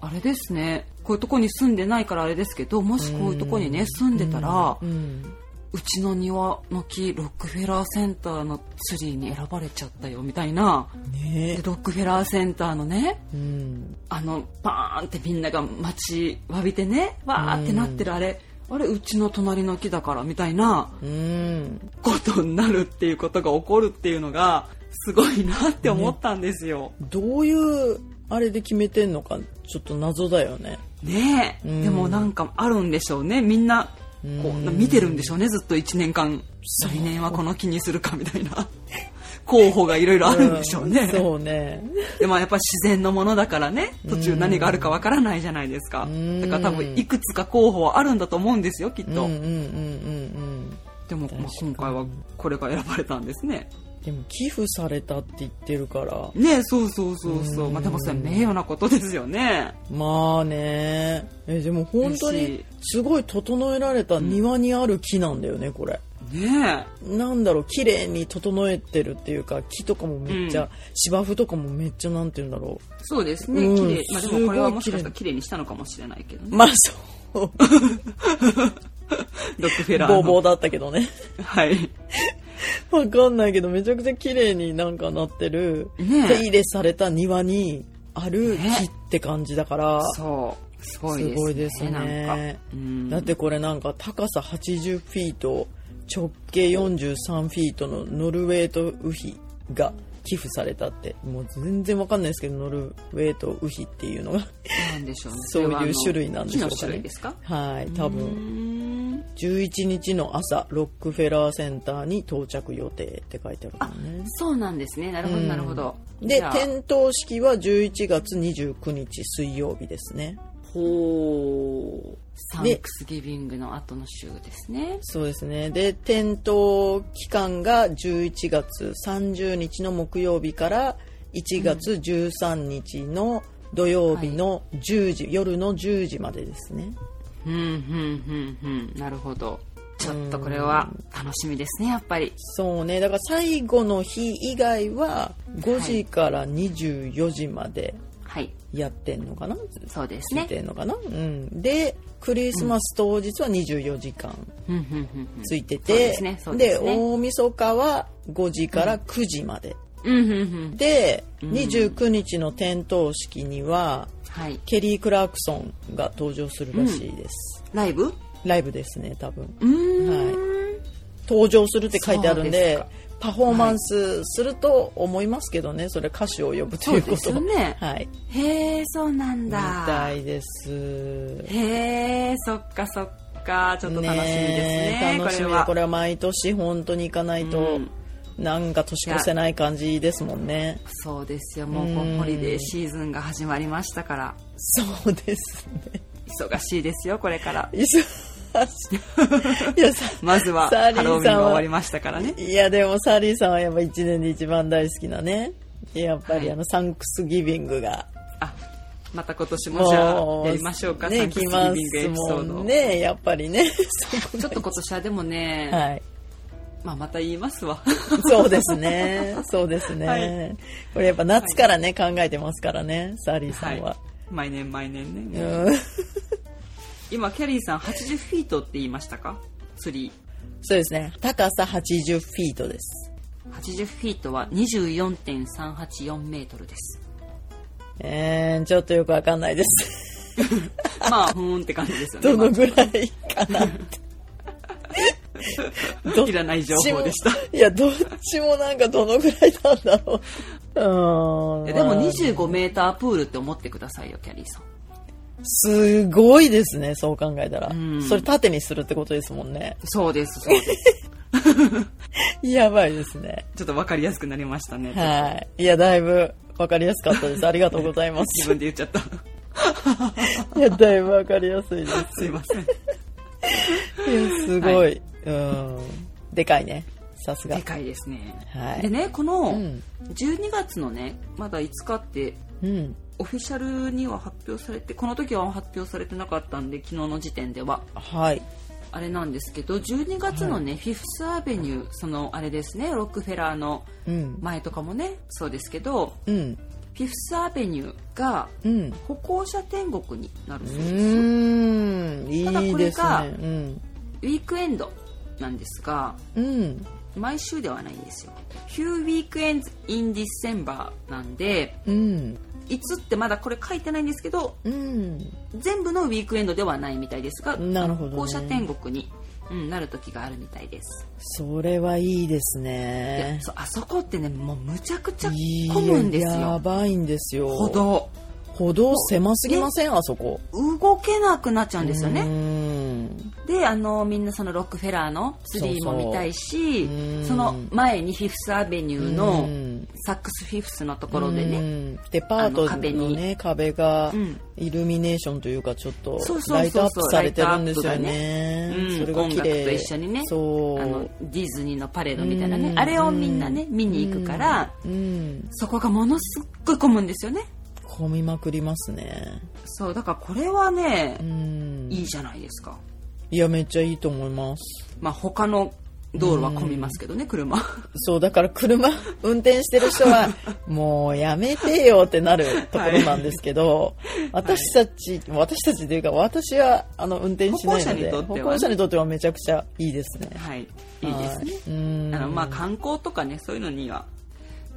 Speaker 1: あれですねこういうとこに住んでないからあれですけどもしこういうとこにね住んでたら
Speaker 2: うん。
Speaker 1: うちの庭の木ロックフェラーセンターのツリーに選ばれちゃったよみたいな
Speaker 2: ね
Speaker 1: でロックフェラーセンターのね
Speaker 2: え。うん。
Speaker 1: あのバーンってみんなが待ちわびてねわーってなってるあれ、あれうちの隣の木だからみたいな
Speaker 2: うん。
Speaker 1: ことになるっていうことが起こるっていうのがすごいなって思ったんですよ。
Speaker 2: どういう、あれで決めてんのか、ちょっと謎だよね。
Speaker 1: ねえ、
Speaker 2: うん
Speaker 1: でもなんかあるんでしょうねみんなこう
Speaker 2: うん
Speaker 1: 見てるんでしょうねずっと1年間来年はこの木にするかみたいな [LAUGHS] 候補がいろいろあるんでしょうね。
Speaker 2: んそうね。
Speaker 1: でもやっぱ自然のものだからね途中何があるかわからないじゃないですか
Speaker 2: うん
Speaker 1: だから多分いくつか候補はあるんだと思うんですよきっ
Speaker 2: うんうん
Speaker 1: と
Speaker 2: うんうん
Speaker 1: でもまあ
Speaker 2: 確かに
Speaker 1: 今回はこれが選ばれたんですね
Speaker 2: うん。でも寄付されたって言ってるから。
Speaker 1: ねそうそうそうそう
Speaker 2: うん
Speaker 1: まあでもそれは名誉なことですよね
Speaker 2: まあねえでも本当にすごい整えられた庭にある木なんだよねこれ、
Speaker 1: ね
Speaker 2: なんだろう綺麗に整えてるっていうか木とかもめっちゃ、
Speaker 1: うん
Speaker 2: 芝生とかもめっちゃなんて言うんだろ
Speaker 1: そうですね
Speaker 2: うん
Speaker 1: 綺麗まあでもこれは
Speaker 2: すごい
Speaker 1: もしかしたら綺麗にしたのかもしれないけど
Speaker 2: う
Speaker 1: ね
Speaker 2: まあそう
Speaker 1: ロックフェラ
Speaker 2: [LAUGHS] ボー
Speaker 1: ー
Speaker 2: ボ
Speaker 1: の
Speaker 2: ーだったけどね [LAUGHS]
Speaker 1: はい
Speaker 2: わかんないけどめちゃくちゃ綺麗になんかなってる、
Speaker 1: ねえ
Speaker 2: 手入れされた庭にある
Speaker 1: ね
Speaker 2: 木って感じだから、
Speaker 1: そうすごいですね
Speaker 2: すごいですね
Speaker 1: なんかうん
Speaker 2: だってこれなんか高さ80フィート直径43フィートのノルウェーとウヒが寄付されたってもう全然わかんないですけどノルウェーとウヒっていうのが
Speaker 1: なんでしょうね
Speaker 2: そういう種類なんでしょうか
Speaker 1: 木の
Speaker 2: ね
Speaker 1: 種類ですか
Speaker 2: はい多
Speaker 1: う
Speaker 2: 分
Speaker 1: ん
Speaker 2: 11日の朝ロックフェラーセンターに到着予定って書いてあるからね
Speaker 1: そうなんですね。なるほど、
Speaker 2: うん
Speaker 1: なるほど。
Speaker 2: で
Speaker 1: じゃあ
Speaker 2: 点灯式は11月29日水曜日ですね
Speaker 1: ほう。サン
Speaker 2: で
Speaker 1: クスギビングの後の週ですね。
Speaker 2: そうですね。で、点灯期間が11月30日の木曜日から1月13日の土曜日の10時、夜の10時までですね。
Speaker 1: うん、うん、うん、うん。なるほど。ちょっとこれは楽しみですねやっぱり
Speaker 2: そうねだから最後の日以外は5時から24時まで
Speaker 1: はい
Speaker 2: やってんのかな、
Speaker 1: そうです
Speaker 2: や
Speaker 1: ね
Speaker 2: ってんのかな、うん、でクリスマス当日は24時間
Speaker 1: うんうんうんうん
Speaker 2: ついて
Speaker 1: そう
Speaker 2: て、
Speaker 1: ですねそうで
Speaker 2: です
Speaker 1: ね
Speaker 2: 大晦日は5時から9時まで、
Speaker 1: うんうんうん
Speaker 2: で29日の点灯式には
Speaker 1: はい
Speaker 2: ケリー・クラークソンが登場するらしいです、
Speaker 1: ライブ
Speaker 2: ライブですね多分
Speaker 1: うーん
Speaker 2: 登場するって書いてあるん
Speaker 1: そ
Speaker 2: で
Speaker 1: うですか
Speaker 2: パフォーマンスすると思いますけどね、それ歌手を呼ぶと
Speaker 1: そ
Speaker 2: いううこ
Speaker 1: です
Speaker 2: と
Speaker 1: よ
Speaker 2: [LAUGHS]
Speaker 1: ね
Speaker 2: はい
Speaker 1: へえそうなん
Speaker 2: み
Speaker 1: だ
Speaker 2: たいです
Speaker 1: へえそっかそっかちょっと楽しみですね
Speaker 2: え楽しみ
Speaker 1: こ
Speaker 2: こ
Speaker 1: れ
Speaker 2: れ
Speaker 1: は
Speaker 2: は毎年本当に行かないと、
Speaker 1: うん
Speaker 2: なんか年越せない感じですもんね
Speaker 1: そうですよもうこう
Speaker 2: うん
Speaker 1: ホリデーシーズンが始まりましたから
Speaker 2: そうですね
Speaker 1: 忙しいですよこれから
Speaker 2: 忙しいいやさ [LAUGHS]
Speaker 1: まずは
Speaker 2: サ
Speaker 1: ハ
Speaker 2: リーさんは
Speaker 1: ロウィンが終わりましたからね
Speaker 2: いやでもサリーさんはやっぱ1年で一番大好きなねやっぱり
Speaker 1: はい
Speaker 2: あの、サンクスギビングが
Speaker 1: あまた今年もじゃあやりましょうか、サン
Speaker 2: ね
Speaker 1: クス
Speaker 2: 来
Speaker 1: ギ
Speaker 2: ま
Speaker 1: ビングエ
Speaker 2: す
Speaker 1: ピソ
Speaker 2: も
Speaker 1: ードを、
Speaker 2: んねやっぱりね
Speaker 1: ちょっと今年はでもね、
Speaker 2: はい
Speaker 1: まあ、また言いますわ
Speaker 2: そうですねそうですね、
Speaker 1: はい
Speaker 2: これやっぱ夏からね、考えてますからねサリーさんは、
Speaker 1: 毎年毎年ね、
Speaker 2: うん
Speaker 1: 今キャリーさん80フィートって言いましたかツリ
Speaker 2: そうですね。高さ80フィートです。
Speaker 1: ー80フィートは24.384メートルです
Speaker 2: えー、ちょっとよくわかんないです。 [LAUGHS]
Speaker 1: まあふーんって感じですよね
Speaker 2: どのぐらいかな。ど
Speaker 1: いらない [LAUGHS] 情報でした。
Speaker 2: いや、どっちもなんかどのぐらいなんだろう。うー
Speaker 1: [LAUGHS]
Speaker 2: ん。
Speaker 1: いやでも
Speaker 2: まあ
Speaker 1: 25メータープールって思ってくださいよキャリーさん
Speaker 2: すごいですね、そう考えたら
Speaker 1: うん。
Speaker 2: それ縦にするってことですもんね。 [LAUGHS]
Speaker 1: そうですそうです
Speaker 2: やばいですね。
Speaker 1: ちょっと分かりやすくなりましたね、
Speaker 2: はい。いや、だいぶわかりやすかったです。ありがとうございま
Speaker 1: [LAUGHS] 自
Speaker 2: す。
Speaker 1: 分で言っちゃった
Speaker 2: いや、だいぶわかりやすいです。
Speaker 1: すいません
Speaker 2: いやすごい。
Speaker 1: は
Speaker 2: うん。でかいね。さすが
Speaker 1: で。かいですね、
Speaker 2: はい
Speaker 1: でねこの
Speaker 2: うん
Speaker 1: 12月のねまだ5日って
Speaker 2: うん。
Speaker 1: オフィシャルには発表されてこの時は発表されてなかったんで昨日の時点では
Speaker 2: はい。
Speaker 1: あれなんですけど12月のね、フィフスアベニューそのあれですねロックフェラーの
Speaker 2: うん。
Speaker 1: 前とかもねそうですけど
Speaker 2: うん。
Speaker 1: フィフスアベニューが
Speaker 2: うん。
Speaker 1: 歩行者天国になる
Speaker 2: う
Speaker 1: そうです、
Speaker 2: ーん。い
Speaker 1: ただ
Speaker 2: い
Speaker 1: こ
Speaker 2: で
Speaker 1: れ
Speaker 2: す
Speaker 1: が
Speaker 2: ね。うん。
Speaker 1: ウィークエンドなんですが
Speaker 2: うん。
Speaker 1: 毎週ではないんですよ Few weekends in December なんで
Speaker 2: うん。
Speaker 1: いつってまだこれ書いてないんですけど
Speaker 2: うん。
Speaker 1: 全部のウィークエンドではないみたいですが
Speaker 2: なるほどね
Speaker 1: 歩行者天国に、うん、なる時があるみたいです、
Speaker 2: それはいいです
Speaker 1: で
Speaker 2: ね。
Speaker 1: そあそこってねもうむちゃくちゃ
Speaker 2: いい
Speaker 1: 混むんです
Speaker 2: や
Speaker 1: よ
Speaker 2: ばいんですよ。
Speaker 1: 歩。道
Speaker 2: 歩道狭すぎませんあそこ。
Speaker 1: 動けなくなっちゃうんですよ
Speaker 2: う
Speaker 1: ね
Speaker 2: ん。
Speaker 1: であのみんなそのロックフェラーのツリーも見たいし
Speaker 2: そうそううん
Speaker 1: その前にフィフスアベニューの
Speaker 2: うん
Speaker 1: サックスフィフスのところで
Speaker 2: う
Speaker 1: ね
Speaker 2: んデパー
Speaker 1: あ
Speaker 2: ト
Speaker 1: の壁
Speaker 2: の
Speaker 1: に
Speaker 2: ね、壁が
Speaker 1: うん
Speaker 2: イルミネーションというか、ちょっと
Speaker 1: そうそうそうそう
Speaker 2: ライトアップされてるんですよ
Speaker 1: ライ
Speaker 2: ね
Speaker 1: トアップがね。
Speaker 2: それが綺
Speaker 1: うん音楽
Speaker 2: 麗
Speaker 1: と一緒にね
Speaker 2: そ
Speaker 1: あの
Speaker 2: う。
Speaker 1: ディズニーのパレードみたいなね
Speaker 2: うん
Speaker 1: あれをみんなね見に行くから
Speaker 2: うん。
Speaker 1: そこがものすっごい混むんですよね
Speaker 2: 混みまくりますね。
Speaker 1: そうだからこれはね
Speaker 2: うん。
Speaker 1: いいじゃないですか
Speaker 2: いや、めっちゃいいと思います。
Speaker 1: まあ他の道路は混みますけどね車 [LAUGHS]
Speaker 2: そう、だから車運転してる人は、 [LAUGHS] もうやめてよってなるところなんですけど、私たち、私たちというか、私は、あの、運転しないので、
Speaker 1: 歩行者にとってはね
Speaker 2: 歩行者にとってはめちゃくちゃいいですね。
Speaker 1: はいいいですね
Speaker 2: はいうん。
Speaker 1: あのまあ観光とかねそういうのには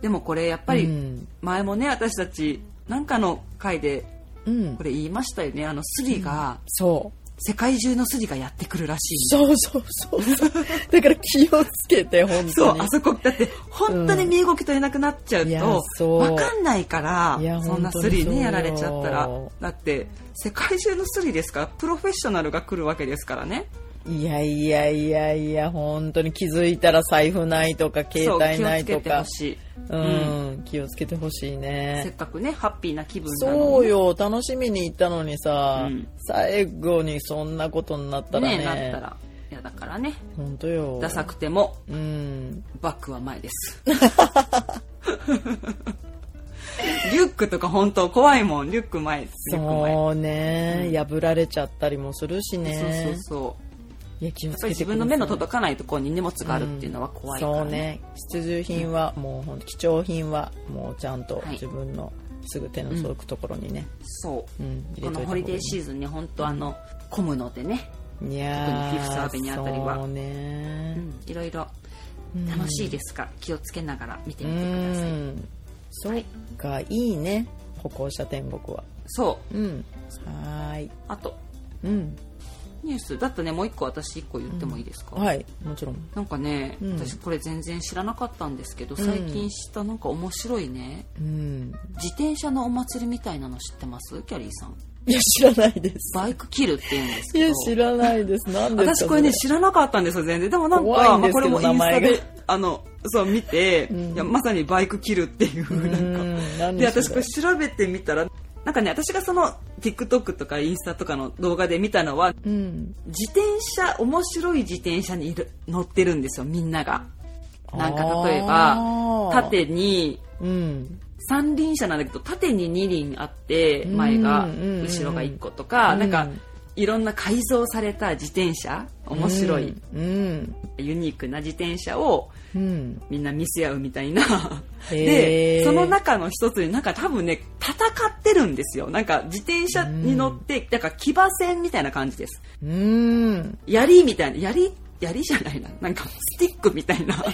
Speaker 1: でもこれやっぱ
Speaker 2: う
Speaker 1: り
Speaker 2: ん
Speaker 1: 前もね私たちなんかの回で
Speaker 2: うん
Speaker 1: こ。れ言いましたよねあのスリが、
Speaker 2: そう。
Speaker 1: 世界中のスリがやってくるらしい
Speaker 2: そうそう
Speaker 1: [LAUGHS]
Speaker 2: そうそう。だから気をつけて、本
Speaker 1: そ
Speaker 2: 当
Speaker 1: う
Speaker 2: に。
Speaker 1: あそこだって本当に身動き取れなくなっちゃう
Speaker 2: いや
Speaker 1: と
Speaker 2: そう
Speaker 1: 分かんないから
Speaker 2: いや
Speaker 1: そんな
Speaker 2: 本
Speaker 1: ス
Speaker 2: 当に
Speaker 1: リ
Speaker 2: そう
Speaker 1: ね
Speaker 2: よ
Speaker 1: やられちゃったらだって世界中のスリですからプロフェッショナルが来るわけですからね
Speaker 2: いやいやいやいや、本当に気づいたら財布ないとか、携
Speaker 1: そう
Speaker 2: 帯
Speaker 1: 気
Speaker 2: な
Speaker 1: を
Speaker 2: い
Speaker 1: つけ
Speaker 2: と
Speaker 1: てほ
Speaker 2: か。
Speaker 1: しい、
Speaker 2: うん、気をつけてほしい
Speaker 1: せっ
Speaker 2: ね。
Speaker 1: かくねハッピーな気分なのに
Speaker 2: そうよ、楽しみに行ったのにさ、
Speaker 1: うん
Speaker 2: 最後にそんなことになったら
Speaker 1: ね
Speaker 2: ね。
Speaker 1: なったら嫌だからね
Speaker 2: 本当よ。
Speaker 1: ダサくても
Speaker 2: うん。
Speaker 1: バックは前です
Speaker 2: [LAUGHS]
Speaker 1: リュックとか本当怖いもんリュック前リュック前
Speaker 2: そうね、破られちゃったりもするしね。
Speaker 1: そうそうそう
Speaker 2: いや気を
Speaker 1: やっ
Speaker 2: つ
Speaker 1: ぱ
Speaker 2: け
Speaker 1: り
Speaker 2: て
Speaker 1: 自
Speaker 2: ください
Speaker 1: 分の目の届かないところに荷物があるっていうのは怖いから、
Speaker 2: そうね必需品はもうほんと貴重品はもうちゃんと
Speaker 1: はい
Speaker 2: 自分のすぐ手の届くところにね、
Speaker 1: そう、
Speaker 2: うん入
Speaker 1: こ
Speaker 2: れといた
Speaker 1: の
Speaker 2: 方
Speaker 1: ホ
Speaker 2: がい
Speaker 1: リ
Speaker 2: い
Speaker 1: デーシーズンに本当あの混むのでね、
Speaker 2: いやー
Speaker 1: 特にフィフスアベニューあたりは
Speaker 2: そう
Speaker 1: う
Speaker 2: ね、
Speaker 1: ん、いろいろ
Speaker 2: うん
Speaker 1: 楽しいですから気をつけながら見て
Speaker 2: う
Speaker 1: みてください、
Speaker 2: んそうかいいね歩行者天国は
Speaker 1: そう
Speaker 2: うんはーい
Speaker 1: あと
Speaker 2: うん
Speaker 1: ニュースだとねもう一個私一個言ってもいいですか、
Speaker 2: はいもちろん
Speaker 1: なんかね、
Speaker 2: うん
Speaker 1: 私これ全然知らなかったんですけど最近知ったなんか面白いね
Speaker 2: うん
Speaker 1: 自転車のお祭りみたいなの知ってますキャリーさん
Speaker 2: いや知らないです
Speaker 1: バイクキルって言うんです
Speaker 2: [LAUGHS] い
Speaker 1: けど
Speaker 2: や知らないです何ですか
Speaker 1: 私これね
Speaker 2: そ
Speaker 1: 知らなかったんですよ全然でもなんか
Speaker 2: 怖いん
Speaker 1: まあ、
Speaker 2: です
Speaker 1: こ
Speaker 2: け
Speaker 1: れ
Speaker 2: ど
Speaker 1: もインスタ
Speaker 2: 名前
Speaker 1: で
Speaker 2: が
Speaker 1: あのそう見て、
Speaker 2: ん
Speaker 1: いやまさにバイクキルっていうなん
Speaker 2: う
Speaker 1: か
Speaker 2: ん何
Speaker 1: で
Speaker 2: それ
Speaker 1: 私これ調べてみたらなんかね私がその TikTok とかインスタとかの動画で見たのは
Speaker 2: うん
Speaker 1: 自転車面白い自転車にいる乗ってるんですよみんながなんか例えば
Speaker 2: ば
Speaker 1: 縦に
Speaker 2: うん
Speaker 1: 三輪車なんだけど縦に二輪あって
Speaker 2: うん
Speaker 1: 前が
Speaker 2: うんうんうん
Speaker 1: 後ろが一個とか
Speaker 2: うん
Speaker 1: なんかいろんな改造された自転車面白い
Speaker 2: うん
Speaker 1: ユニークな自転車を
Speaker 2: うん
Speaker 1: みんな見せ合うみたいな
Speaker 2: へ
Speaker 1: で
Speaker 2: ー
Speaker 1: その中の一つになんか多分ね戦ってるんですよなんか自転車に乗ってだから騎馬戦みたいな感じです
Speaker 2: うん
Speaker 1: 槍みたいな槍槍じゃないななんかスティックみたいな
Speaker 2: [LAUGHS]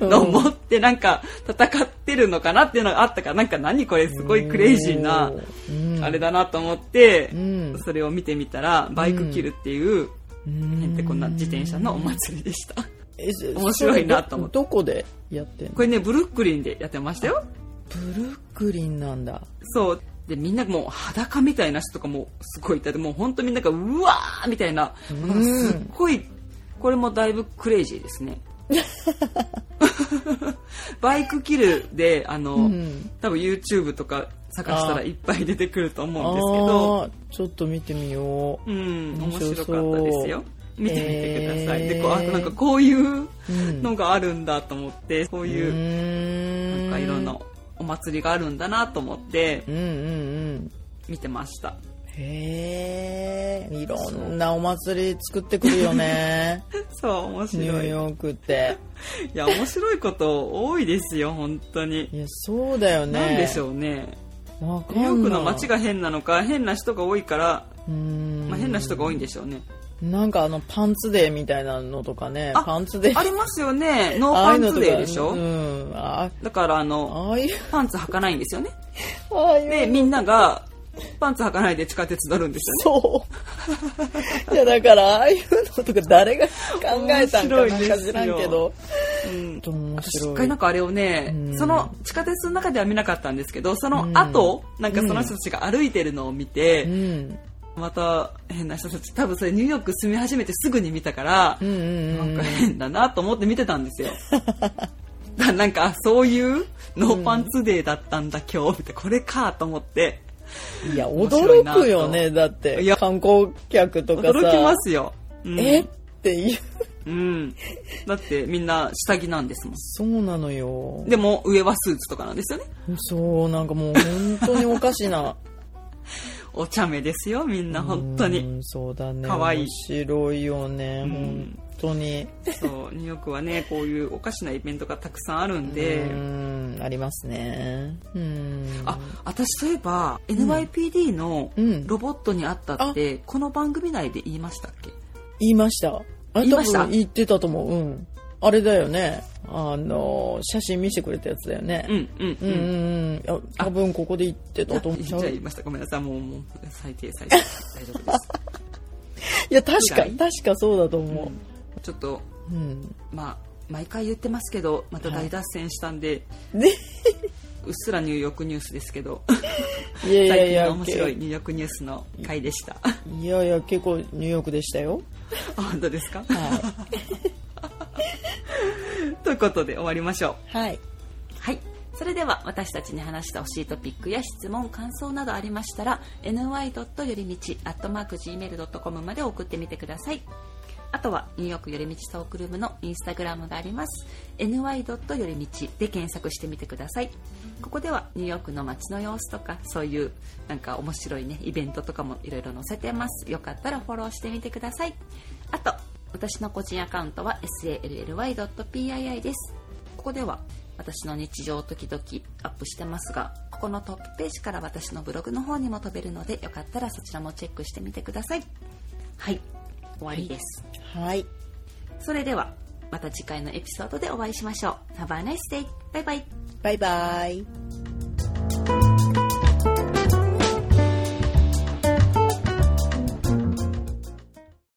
Speaker 2: うん
Speaker 1: のを持ってなんか戦ってるのかなっていうのがあったからなんか何これすごいクレイジーな
Speaker 2: うん
Speaker 1: あれだなと思って
Speaker 2: うん
Speaker 1: それを見てみたらバイクキルっていう
Speaker 2: うん
Speaker 1: へんてこんな自転車のお祭りでした
Speaker 2: えそ
Speaker 1: 面白いなと思って
Speaker 2: どどこでやってんの
Speaker 1: これねブルックリンでやってましたよ
Speaker 2: ブルックリンなんだ
Speaker 1: そうでみんなもう裸みたいな人とかもすごいいたでもう本当みんながうわーみたいな
Speaker 2: うん
Speaker 1: なんかすっごいこれもだいぶクレイジーです
Speaker 2: [LAUGHS]
Speaker 1: ねバイクキルであの、
Speaker 2: うん
Speaker 1: 多分 YouTube とか探したらいっぱい出てくると
Speaker 2: あ
Speaker 1: 思うんですけど
Speaker 2: ーちょっと見てみよ
Speaker 1: うん面
Speaker 2: 面白
Speaker 1: 白
Speaker 2: そう
Speaker 1: かったですよ見てみてください、でこうあ
Speaker 2: へー
Speaker 1: なんかこういう
Speaker 2: ううん
Speaker 1: のがあるんだと思ってこう
Speaker 2: う
Speaker 1: いうなん
Speaker 2: ー
Speaker 1: んかいろんなお祭りがあるんだなと思って
Speaker 2: うんうんうん
Speaker 1: 見てました
Speaker 2: へえいろんなお祭り作ってくるよね
Speaker 1: そう [LAUGHS] 面白
Speaker 2: ニ
Speaker 1: い
Speaker 2: ューヨークって
Speaker 1: いや面白いこと多いですよ本当に、
Speaker 2: いやそうだよね
Speaker 1: なんでしょうね
Speaker 2: うわかん
Speaker 1: ニュー
Speaker 2: な
Speaker 1: ヨ
Speaker 2: い
Speaker 1: ークの街が変なのか変な人が多いから、
Speaker 2: うーん
Speaker 1: まあ、変な人が多いんでしょうね
Speaker 2: なんかあのパンツデーみたいなのとかね
Speaker 1: あ
Speaker 2: パンツデー
Speaker 1: ありますよ
Speaker 2: [LAUGHS]
Speaker 1: ねノー
Speaker 2: ああ
Speaker 1: パ
Speaker 2: いう
Speaker 1: ン
Speaker 2: のと
Speaker 1: ツ
Speaker 2: か
Speaker 1: デーでしょ、
Speaker 2: うんあ
Speaker 1: だからあの
Speaker 2: ああいう
Speaker 1: パンツ履かないんですよね
Speaker 2: ああいう
Speaker 1: でみんながパンツ履かないで地下鉄乗るんです
Speaker 2: そういやだからああいうのとか誰が考えたんか
Speaker 1: 面白い
Speaker 2: な
Speaker 1: です
Speaker 2: ん
Speaker 1: よ
Speaker 2: か知らんけど
Speaker 1: よね、うん、
Speaker 2: と面
Speaker 1: 私一
Speaker 2: 白
Speaker 1: 回
Speaker 2: い
Speaker 1: なんかあれをね
Speaker 2: うん
Speaker 1: その地下鉄の中では見なかったんですけどその後、なんかその人たちが歩いてるのを見て、
Speaker 2: うん
Speaker 1: また変な人たち多分それニューヨーク住み始めてすぐに見たから
Speaker 2: うんう、んう
Speaker 1: なん
Speaker 2: ん
Speaker 1: か変だなと思って見てたんですよ。 [LAUGHS] だなんかそういうノーパンツデーだったんだ今日みたいなこれかと思って
Speaker 2: いや
Speaker 1: 面白いなと
Speaker 2: 驚くよねだっ
Speaker 1: い
Speaker 2: て
Speaker 1: や
Speaker 2: 観光客とかさ
Speaker 1: 驚きますよ。うん、
Speaker 2: えっていう
Speaker 1: うん、だってみんな下着なんですもん。
Speaker 2: そうなのよ
Speaker 1: でも上はスーツとかなんですよね。
Speaker 2: そうなんかもう本当におかしな
Speaker 1: お茶目ですよみんな [LAUGHS] 本当
Speaker 2: う
Speaker 1: に。
Speaker 2: んそうだね
Speaker 1: 可愛い
Speaker 2: 面白いよね
Speaker 1: うん
Speaker 2: 本当に
Speaker 1: そうニューヨークはねこういうおかしなイベントがたくさんあるんで。
Speaker 2: うんありますねうん
Speaker 1: あ私といえば NYPD の
Speaker 2: うん
Speaker 1: ロボットに会ったって、この番組内で言いましたっけ
Speaker 2: 言いましたあ
Speaker 1: 言いました
Speaker 2: 多分言ってたと思ううんあれだよねあの写真見せてくれたやつだよね
Speaker 1: うんうん
Speaker 2: うんうんうんあ多分ここで言ってたと思う
Speaker 1: じゃあ言いましたごめんなさいもうもう最低最低大丈夫です [LAUGHS]
Speaker 2: いや確か
Speaker 1: 以
Speaker 2: 確かそうだと思
Speaker 1: ちょっと
Speaker 2: ううん
Speaker 1: まあ毎回言ってますけどまた大脱線したんで、
Speaker 2: で
Speaker 1: うっすらニューヨークニュースですけど
Speaker 2: いやいや
Speaker 1: 最
Speaker 2: い
Speaker 1: 近
Speaker 2: や
Speaker 1: の面白いニューヨークニュースの回でした [LAUGHS] あ
Speaker 2: いやいや結構ニューヨークでしたよ
Speaker 1: 本当ですか
Speaker 2: は
Speaker 1: ということで終わりましょう
Speaker 2: い、はい、
Speaker 1: [LAUGHS] はい。それでは私たちに話してほしいトピックや質問、感想などありましたら ny. よりみち .gmail.com まで送ってみてください。あとはニューヨークよりみちトークルームのインスタグラムがあります。ny. よりみちで検索してみてください。ここではニューヨークの街の様子とかそういうなんか面白いねイベントとかもいろいろ載せてます。よかったらフォローしてみてください。あと私の個人アカウントは sally.pii ですここでは私の日常を時々アップしてますがここのトップページから私のブログの方にも飛べるのでよかったらそちらもチェックしてみてくださいはい終わりです、
Speaker 2: はい。
Speaker 1: それではまた次回のエピソードでお会いしましょう Have a nice day! バイバイ
Speaker 2: バイバイ。